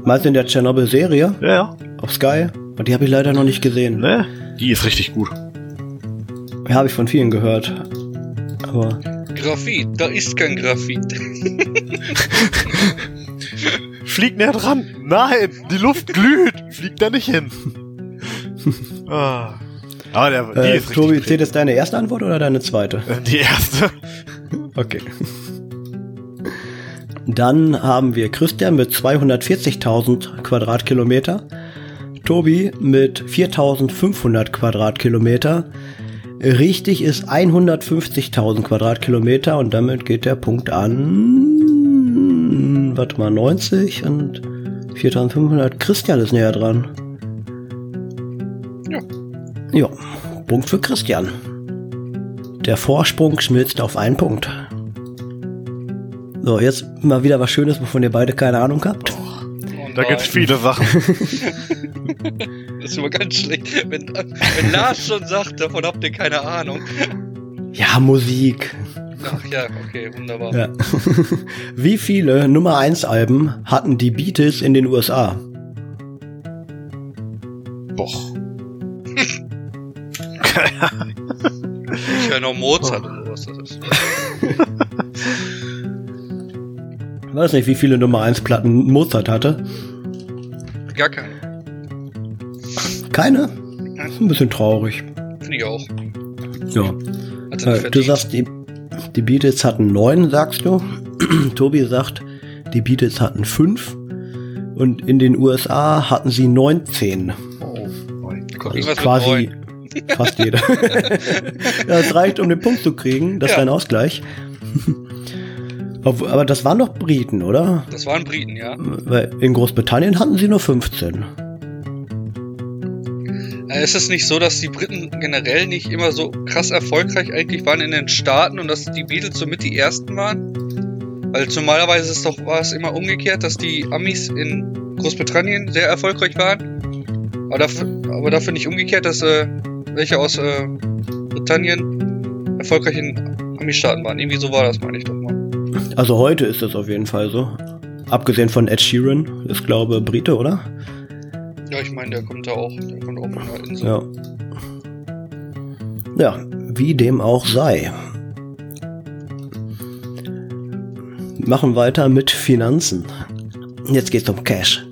Meinst du in der Tschernobyl-Serie Ja, ja. auf Sky? Und die habe ich leider noch nicht gesehen. Ne? Die ist richtig gut. Ja, habe ich von vielen gehört. Aber Graphit, da ist kein Graphit. Flieg näher dran! Nein! Die Luft glüht! Flieg da nicht hin! ah. Aber der, die äh, ist Tobi, richtig Äh, zählt das deine erste Antwort oder deine zweite? prima. Die erste. Okay. Dann haben wir Christian mit 240.000 Quadratkilometer, Tobi mit 4.500 Quadratkilometer. Richtig ist 150.000 Quadratkilometer und damit geht der Punkt an, warte mal, 90 und 4.500. Christian ist näher dran. Ja. Ja, Punkt für Christian. Der Vorsprung schmilzt auf einen Punkt. So, jetzt mal wieder was Schönes, wovon ihr beide keine Ahnung habt. Oh Da gibt's viele Sachen. Das ist immer ganz schlecht. Wenn, wenn Lars schon sagt, davon habt ihr keine Ahnung. Ja, Musik. Ach ja, okay, wunderbar. Ja. Wie viele Nummer 1 Alben hatten die Beatles in den USA? Boch. Ich höre noch Mozart oder was das ist. Ich weiß nicht, wie viele Nummer 1 Platten Mozart hatte. Gar keine. Keine? Ist ein bisschen traurig. Finde ich auch. Ja. Hat er nicht Äh, Du verdient. sagst, die, die Beatles hatten neun, sagst du. Tobi sagt, die Beatles hatten fünf. Und in den USA hatten sie 19. Oh mein Gott. Guck, Also irgendwas quasi mit neun. fast jeder. das reicht, um den Punkt zu kriegen. Das Ja. ist ein Ausgleich. Obwohl- Aber das waren doch Briten, oder? Das waren Briten, ja. Weil in Großbritannien hatten sie nur 15. Äh, Ist es nicht so, dass die Briten generell nicht immer so krass erfolgreich eigentlich waren in den Staaten und dass die Beatles somit die ersten waren? Weil normalerweise ist doch, war es immer umgekehrt, dass die Amis in Großbritannien sehr erfolgreich waren. Aber dafür, aber dafür nicht umgekehrt, dass äh, welche aus äh, Britannien erfolgreich in Ami-Staaten waren. Irgendwie so war das, meine ich doch mal. Also heute ist das auf jeden Fall so. Abgesehen von Ed Sheeran, ist glaube Brite, oder? Ja, ich meine, der kommt da auch. Der kommt auch von der Insel. Ja. Ja, wie dem auch sei. Machen weiter mit Finanzen. Jetzt geht's um Cash.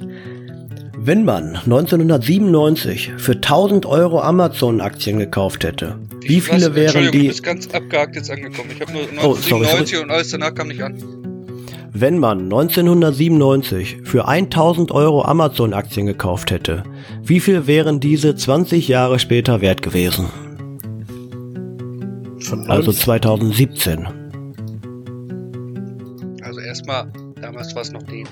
Wenn man 1997 für 1000 Euro Amazon-Aktien gekauft hätte, wie Ich weiß- viele wären Entschuldigung, du die, bist ganz abgehakt jetzt angekommen. Ich habe nur Oh, sorry, 1997 und alles danach kam nicht an. wenn man 1997 für 1000 Euro Amazon-Aktien gekauft hätte, wie viel wären diese 20 Jahre später wert gewesen? Von Also also 2017. Also erstmal, damals war es noch D.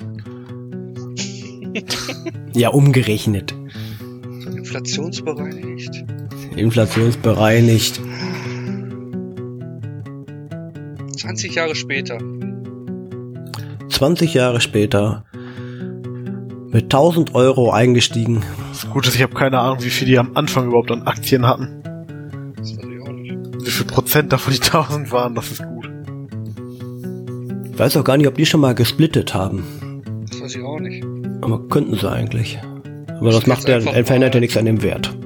Ja, umgerechnet. Inflationsbereinigt. Inflationsbereinigt. 20 Jahre später. 20 Jahre später. Mit 1000 Euro eingestiegen. das Gute ist, ich habe keine Ahnung, wie viel die am Anfang überhaupt an Aktien hatten. Das weiß ich auch nicht. Wie viel Prozent davon die 1000 waren, das ist gut. Ich weiß auch gar nicht, ob die schon mal gesplittet haben. Das weiß ich auch nicht. Aber könnten sie eigentlich. Aber Ich das macht ja, kann's einfach verändert mal- ja nichts an dem Wert.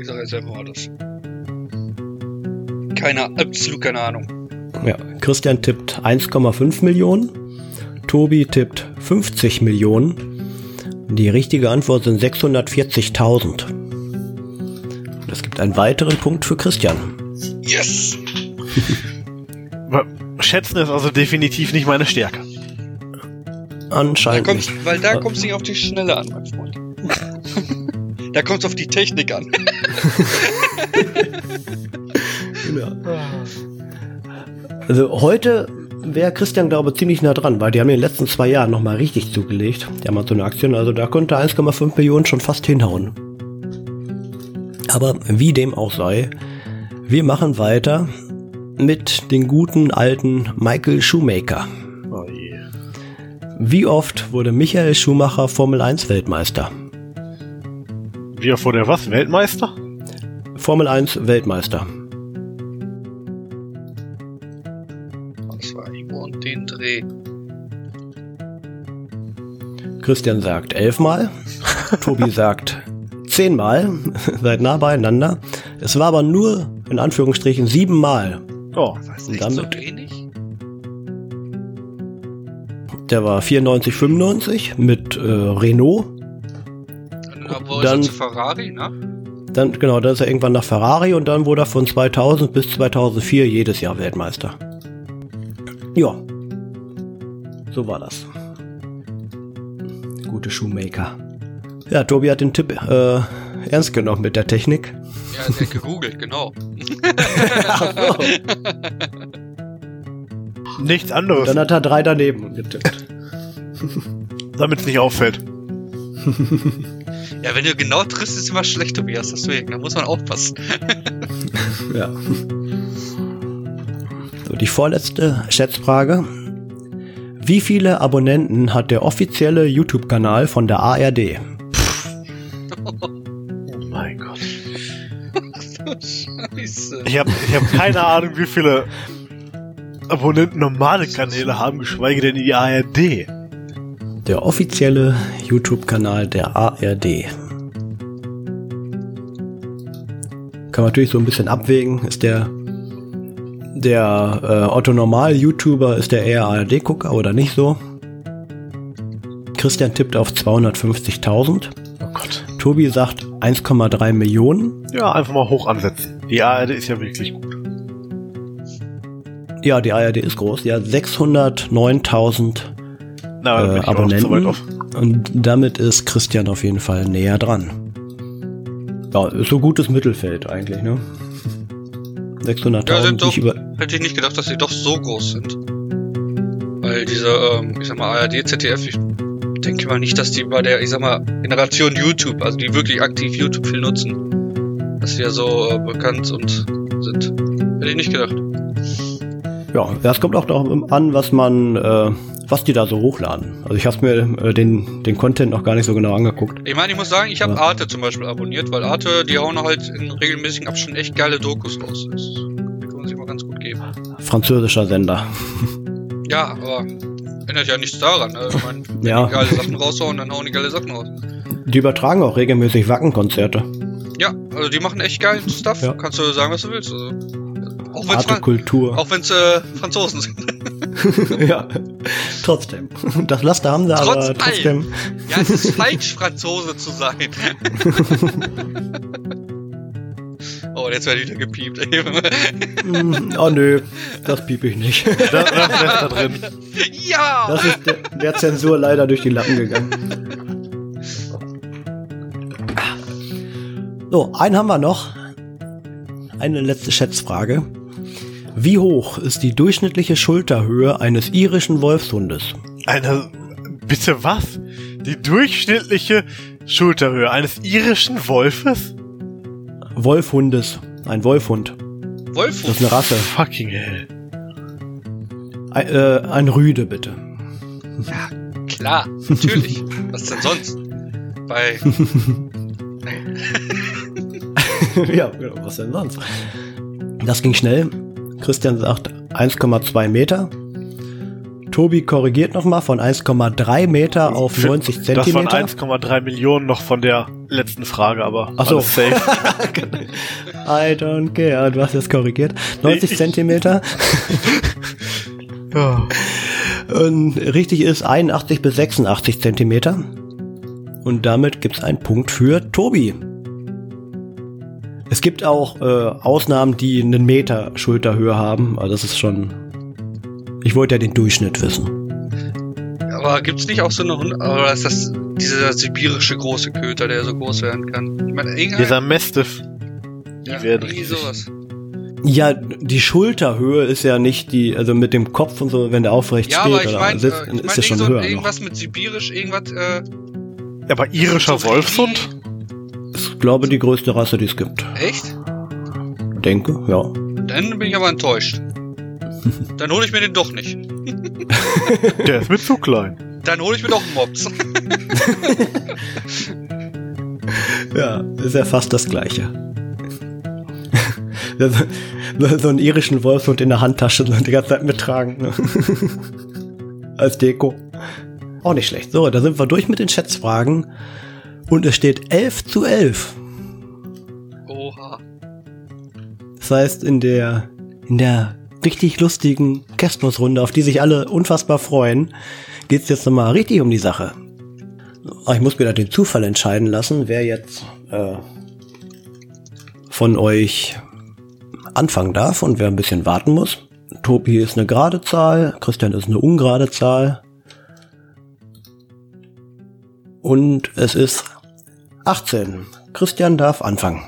Ich sage jetzt einfach mal das. Keine, absolut keine Ahnung. Ja, Christian tippt 1,5 Millionen. Tobi tippt 50 Millionen. Die richtige Antwort sind 640.000. Und Das gibt einen weiteren Punkt für Christian. Yes! Aber Schätzen ist also definitiv nicht meine Stärke. Da Anscheinend nicht. kommt, weil da kommst du nicht auf die Schnelle an, mein Freund. da kommt es auf die Technik an. Also heute wäre Christian, glaube ich, ziemlich nah dran, weil die haben in den letzten zwei Jahren nochmal richtig zugelegt, die Amazon-Aktien. Also da könnte 1,5 Millionen schon fast hinhauen. Aber wie dem auch sei, wir machen weiter mit den guten alten Michael Schumacher. Oh je. Wie oft wurde Michael Schumacher Formel 1 Weltmeister? Wie er vor der was? Weltmeister? Formel 1 Weltmeister. Das war irgendwo und den Dreh. Christian sagt elfmal, Tobi sagt zehnmal, seid nah beieinander. Es war aber nur, in Anführungsstrichen, siebenmal. Oh. Was Und nicht dann- so wenig? Der war 94, 95 mit äh, Renault. Dann, aber Dann- ist er zu Ferrari, ne? Dann, genau, dann ist er irgendwann nach Ferrari und dann wurde er von 2000 bis 2004 jedes Jahr Weltmeister. Ja. So war das. Gute Shoemaker. Ja, Tobi hat den Tipp äh, ernst genommen mit der Technik. Ja, der hat gegoogelt, genau. Nichts anderes, Dann hat er drei daneben getippt. damit es nicht auffällt. Ja, wenn du genau triffst, ist immer schlecht, Tobias, deswegen. Da muss man aufpassen. Ja. So, die vorletzte Schätzfrage. Wie viele Abonnenten hat der offizielle YouTube-Kanal von der ARD? Oh mein Gott. Scheiße. Ich habe ich hab keine Ahnung, wie viele Abonnenten normale Kanäle haben, geschweige denn die ARD. Der offizielle YouTube-Kanal der ARD. Kann man natürlich so ein bisschen abwägen. Ist der, der äh, Otto Normal-YouTuber, ist der eher ARD-Gucker oder nicht so? Christian tippt auf 250.000. Oh Gott. Tobi sagt 1,3 Millionen. Ja, einfach mal hoch ansetzen. Die ARD ist ja wirklich gut. Ja, die ARD ist groß. Ja, 609.000 äh, Na, dann Ah, bin ich aber noch zu weit Abonnenten. auf. Und damit ist Christian auf jeden Fall näher dran. Ja, ist so gutes Mittelfeld eigentlich, ne? 600.000 Ja, sind nicht doch- über. Hätte ich nicht gedacht, dass sie doch so groß sind. Weil diese, ähm, ich sag mal, ARD, ZDF, ich denke mal nicht, dass die bei der, ich sag mal, Generation YouTube, also die wirklich aktiv YouTube viel nutzen, dass die ja so äh, bekannt und sind. Hätte ich nicht gedacht. Ja, ja, es kommt auch darauf an, was man, äh, was die da so hochladen. Also ich habe mir äh, den, den Content noch gar nicht so genau angeguckt. Ich meine, ich muss sagen, ich habe Ja. Arte zum Beispiel abonniert, weil Arte, die hauen halt in regelmäßigen Abständen echt geile Dokus raus. Das kann man sich mal ganz gut geben. Französischer Sender. Ja, aber ändert ja nichts daran. Ne? Ich meine, wenn Ja. die geile Sachen raushauen, dann hauen die geile Sachen raus. Die übertragen auch regelmäßig Wackenkonzerte. Ja, also die machen echt geilen Stuff. Ja. Kannst du sagen, was du willst. Also, auch wenn's Arte Fran Kultur. auch wenn's, äh, Franzosen sind. ja. Trotzdem. Das Laster haben sie, Trotz aber allem. trotzdem. Ja, es ist falsch, Franzose zu sein. oh, und jetzt werde ich wieder gepiept. Mm, Oh nö, das piep ich nicht. Das, das ist da drin. ja! Das ist der, der Zensur leider durch die Lappen gegangen. So, einen haben wir noch. Eine letzte Schätzfrage. Wie hoch ist die durchschnittliche Schulterhöhe eines irischen Wolfshundes? Eine, bitte was? Die durchschnittliche Schulterhöhe eines irischen Wolfes? Wolfhundes. Ein Wolfhund. Wolfu. Das ist eine Rasse. Fucking hell. Ein, äh, ein Rüde, bitte. Klar, natürlich. Was denn sonst? Bei ja, genau, was denn sonst? Das ging schnell. Christian sagt 1,2 Meter. Tobi korrigiert nochmal von 1,3 Meter auf 90 Das waren Zentimeter. 1,3 Millionen noch von der letzten Frage, aber Ach so. alles safe. I don't care. Du hast das korrigiert. 90 ich- Zentimeter. Und richtig ist 81 bis 86 Zentimeter. Und damit gibt's einen Punkt für Tobi. Es gibt auch äh, Ausnahmen, die einen Meter Schulterhöhe haben. Also das ist schon. Ich wollte ja den Durchschnitt wissen. Aber gibt's nicht auch so eine Hund oder ist das dieser sibirische große Köter, der so groß werden kann? Ich meine, irgendein- Dieser Mastiff. ja, werden irgendwie riesig. sowas. Ja, die Schulterhöhe ist ja nicht die, also mit dem Kopf und so, wenn der aufrecht Ja, steht aber ich oder meine, sitzt, äh, ich ist mein, ja schon irgend so, höher. Noch. irgendwas mit sibirisch, irgendwas äh, Aber irischer so Wolfshund? Ich glaube, die größte Rasse, die es gibt. Echt? Denke, ja. Dann bin ich aber enttäuscht. Dann hole ich mir den doch nicht. Der ist mir zu klein. Dann hole ich mir doch einen Mops. Ja, ist ja fast das Gleiche. Ja, so- so, so einen irischen Wolfshund in der Handtasche so die ganze Zeit mittragen. Ne? Als Deko. Auch nicht schlecht. So, da sind wir durch mit den Schätzfragen. Und es steht 11 zu 11. Oha. Das heißt, in der, in der richtig lustigen Kästnusrunde, auf die sich alle unfassbar freuen, geht's jetzt nochmal richtig um die Sache. Aber Ah, ich muss mir da den Zufall entscheiden lassen, wer jetzt äh, von euch anfangen darf und wer ein bisschen warten muss. Tobi ist eine gerade Zahl, Christian ist eine ungerade Zahl. Und es ist 18. Christian darf anfangen.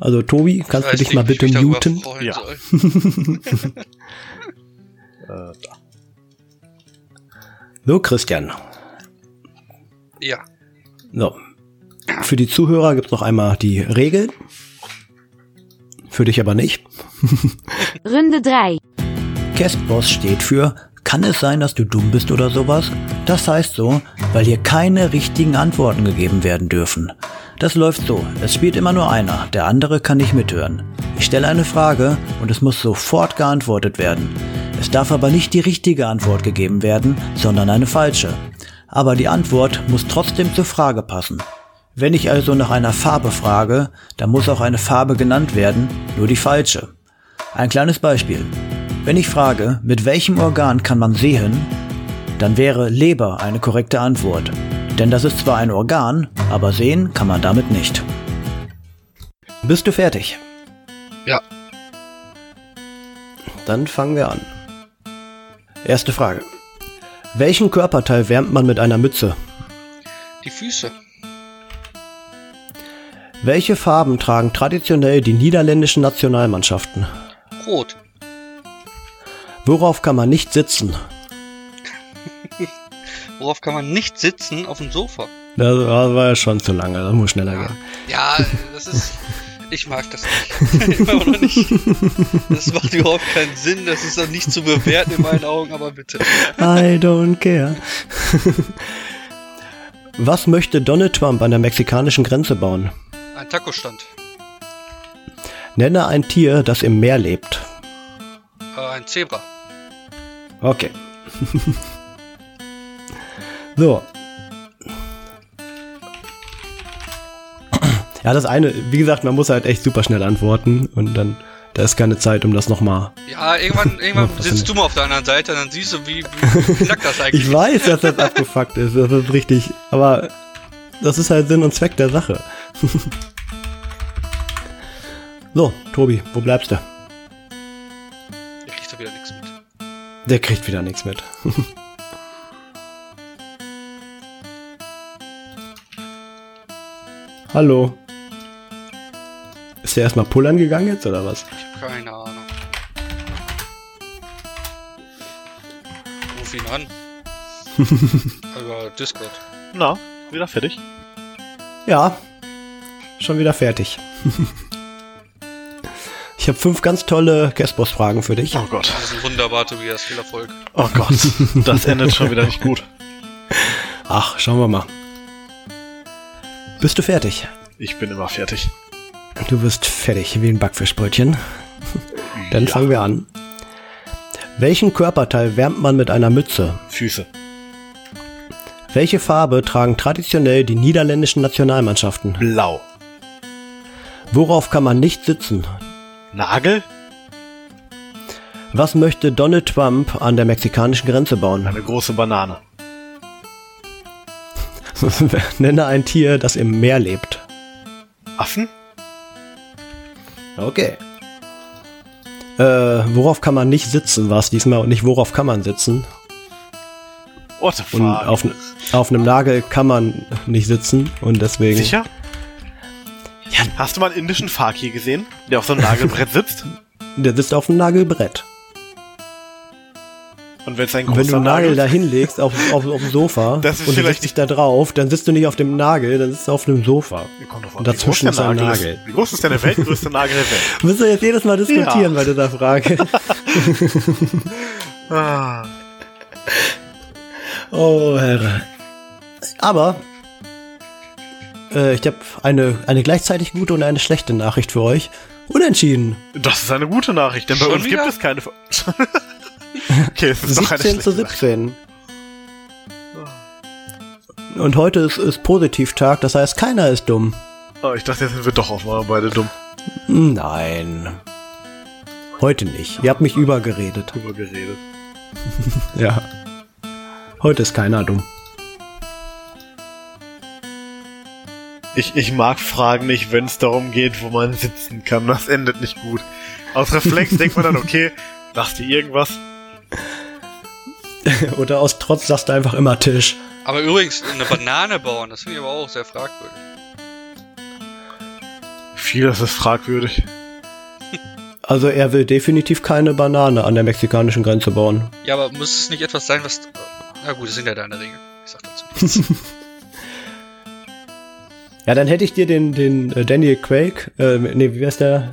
Also Tobi, kannst du Weiß dich nicht, mal wie ich bitte mich darüber muten? freuen Ja. soll. So, Christian. Ja. So. Für die Zuhörer gibt's noch einmal die Regeln. Für dich aber nicht. Runde 3. Castboss steht für Kann es sein, dass du dumm bist oder sowas? Das heißt so, weil hier keine richtigen Antworten gegeben werden dürfen. Das läuft so, es spielt immer nur einer, der andere kann nicht mithören. Ich stelle eine Frage und es muss sofort geantwortet werden. Es darf aber nicht die richtige Antwort gegeben werden, sondern eine falsche. Aber die Antwort muss trotzdem zur Frage passen. Wenn ich also nach einer Farbe frage, dann muss auch eine Farbe genannt werden, nur die falsche. Ein kleines Beispiel. Wenn ich frage, mit welchem Organ kann man sehen, dann wäre Leber eine korrekte Antwort. Denn das ist zwar ein Organ, aber sehen kann man damit nicht. Bist du fertig? Ja. Dann fangen wir an. Erste Frage. Welchen Körperteil wärmt man mit einer Mütze? Die Füße. Welche Farben tragen traditionell die niederländischen Nationalmannschaften? Rot. Worauf kann man nicht sitzen? Worauf kann man nicht sitzen? Auf dem Sofa. Das war ja schon zu lange, das muss schneller gehen. Ja, das ist. Ich mag das nicht. Immer noch nicht. Das macht überhaupt keinen Sinn. Das ist auch nicht zu bewerten in meinen Augen, aber bitte. I don't care. Was möchte Donald Trump an der mexikanischen Grenze bauen? Ein Taco-Stand. Nenne ein Tier, das im Meer lebt. Äh, ein Zebra. Okay. so. Ja, das eine, wie gesagt, man muss halt echt super schnell antworten und dann, da ist keine Zeit, um das nochmal. Ja, irgendwann, Ja, irgendwann was sitzt du denn? mal auf der anderen Seite und dann siehst du, wie, wie knack das eigentlich Ich weiß, dass das abgefuckt ist, das ist richtig, aber das ist halt Sinn und Zweck der Sache. so, Tobi, wo bleibst du? ist. Ich krieg da wieder nichts mit. Der kriegt wieder nichts mit. Hallo. Ist der erstmal pullern gegangen jetzt oder was? Ich hab keine Ahnung. Ruf ihn an. Über Discord. Na, wieder fertig. Ja. Schon wieder fertig. ich habe fünf ganz tolle Guestboss-Fragen für dich. Oh Gott. Das ist ein wunderbar, Tobias. Viel Erfolg. Oh Gott. Das endet schon wieder nicht gut. Ach, schauen wir mal. Bist du fertig? Ich bin immer fertig. Du wirst fertig wie ein Backfischbrötchen. Dann fangen wir an. Welchen Körperteil wärmt man mit einer Mütze? Füße. Welche Farbe tragen traditionell die niederländischen Nationalmannschaften? Blau. Worauf kann man nicht sitzen? Nagel? Was möchte Donald Trump an der mexikanischen Grenze bauen? Eine große Banane. Nenne ein Tier, das im Meer lebt. Affen? Okay. Äh, worauf kann man nicht sitzen, war es diesmal und nicht worauf kann man sitzen? What the fuck? Und auf, auf einem Nagel kann man nicht sitzen und deswegen. Sicher? Hast du mal einen indischen Fakir gesehen, der auf so einem Nagelbrett sitzt? Der sitzt auf einem Nagelbrett. Und wenn es ein Und wenn du großer einen Nagel da ist- hinlegst auf, auf, auf dem Sofa und du Das ist setzt vielleicht- dich da drauf, dann sitzt du nicht auf dem Nagel, dann sitzt du auf dem Sofa. Kommt drauf Und an, wie dazwischen groß ist der ein Ist. Nagel. Wie groß ist denn der weltgrößte Nagel der Welt? Müssen wir jetzt jedes Mal diskutieren bei dieser Frage. Ah, Oh, Herr. Aber äh, ich habe eine, eine gleichzeitig gute und eine schlechte Nachricht für euch. Unentschieden. das ist eine gute Nachricht, denn bei Schon uns wieder? gibt es keine. Ver- okay, es ist doch eine 17 zu schlechte Nachricht. 17. Und heute ist, ist Positivtag, das heißt, keiner ist dumm. Oh, ich dachte, jetzt sind wir doch auch mal beide dumm Nein. Heute nicht. Ihr habt mich übergeredet. drüber geredet. Ja. Heute ist keiner dumm. Ich, ich mag Fragen nicht, wenn es darum geht, wo man sitzen kann. Das endet nicht gut. Aus Reflex denkt man dann, okay, lass dir irgendwas. Oder aus Trotz sagst du einfach immer Tisch. Aber übrigens, eine Banane bauen, das finde ich aber auch sehr fragwürdig. Vieles ist fragwürdig. Also er will definitiv keine Banane an der mexikanischen Grenze bauen. Ja, aber muss es nicht etwas sein, was. Na gut, es sind ja deine Regeln. Ich sag dazu. Ja, dann hätte ich dir den, den äh, Daniel Quake, äh, nee, wie wär's der?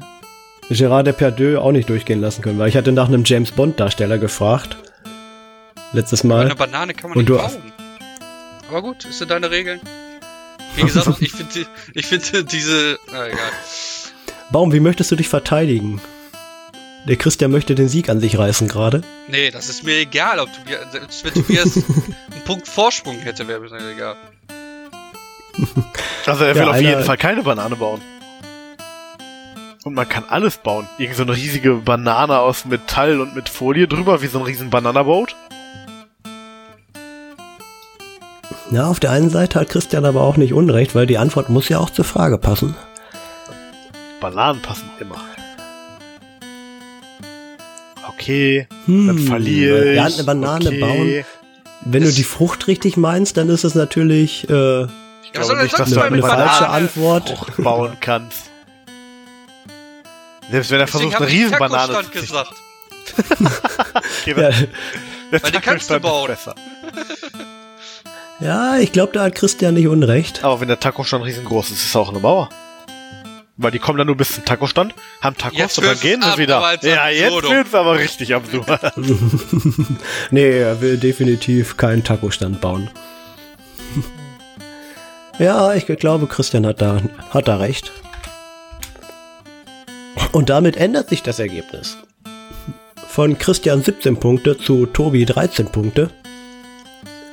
Gerard Depardieu auch nicht durchgehen lassen können, weil ich hatte nach einem James Bond Darsteller gefragt. Letztes Mal. Eine Banane kann man Und nicht du- bauen. Aber gut, es sind deine Regeln. Wie gesagt, ich finde ich find diese. Na egal. Baum, wie möchtest du dich verteidigen? Der Christian möchte den Sieg an sich reißen gerade. Nee, das ist mir egal, ob Tobias. Selbst wenn Tobias einen Punkt Vorsprung hätte, wäre mir das egal. Also er Ja, will auf einer- jeden Fall keine Banane bauen. Und man kann alles bauen. Irgend so eine riesige Banane aus Metall und mit Folie drüber, wie so ein riesen Bananaboot. Ja, auf der einen Seite hat Christian aber auch nicht unrecht, weil die Antwort muss ja auch zur Frage passen. Bananen passen immer. Okay, Hm, dann verliere ich. Ja, eine Banane okay. bauen. Wenn du Es- die Frucht richtig meinst, dann ist es natürlich äh, was Ich soll glaube denn nicht, dass sonst du eine, mal eine eine mit falsche Banane? Antwort. Frucht bauen kannst. Selbst wenn er versucht, eine Riesenbanane Taco-Stand zu ziehen. gesagt. Ja, Der Weil die Taco-Stand kannst du ist bauen. Besser. ja ich glaube, da hat Christian nicht unrecht. Aber wenn der Taco-Stand riesengroß ist, ist auch eine Mauer. Weil die kommen dann nur bis zum Taco-Stand, haben Tacos Jetzt und dann wird's gehen ab, sie aber wieder. als Ja, jetzt Absurdum. wird's aber richtig absurd. nee, er will definitiv keinen Taco-Stand bauen. ja, ich glaube, Christian hat da, hat da recht. Und damit ändert sich das Ergebnis. Von Christian 17 Punkte zu Tobi 13 Punkte.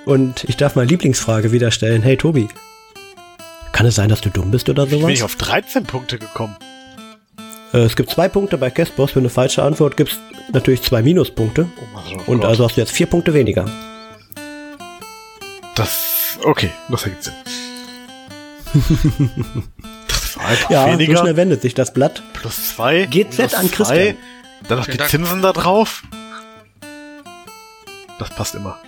Und ich darf meine Lieblingsfrage wieder stellen. Hey Tobi, kann es sein, dass du dumm bist oder Bin sowas? ich auf 13 Punkte gekommen. Äh, es gibt zwei Punkte bei Castboss. Für eine falsche Antwort gibt es natürlich zwei Minuspunkte. Oh mein Und Gott. also hast du jetzt vier Punkte weniger. Das. Okay, das ergibt Sinn. das war einfach Ja, so weniger. schnell wendet sich das Blatt. plus 2. GZ plus an Christian. zwei, Dann noch Vielen die Dank. Zinsen da drauf. Das passt immer.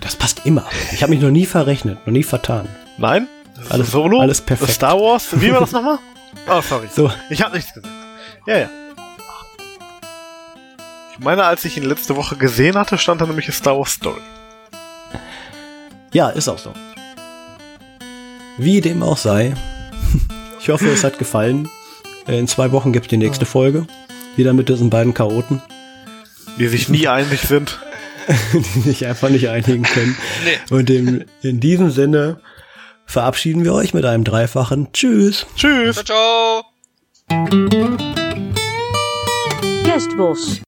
Das passt immer. Ich habe mich noch nie verrechnet, noch nie vertan. Nein? Das ist Alles- ein Solo? alles perfekt. Das Star Wars? Wie war das nochmal? Oh, sorry. So, Ich habe nichts gesagt. Ja, ja. Ich meine, als ich ihn letzte Woche gesehen hatte, stand da nämlich eine Star Wars Story. ja, ist auch so. Wie dem auch sei. Ich hoffe, es hat gefallen. In zwei Wochen gibt es die nächste Folge. Wieder mit diesen beiden Chaoten, Die sich nie einig sind. die sich einfach nicht einigen können. Nee. Und in, in diesem Sinne verabschieden wir euch mit einem dreifachen Tschüss. Tschüss! Ciao, ciao. Kerstbos.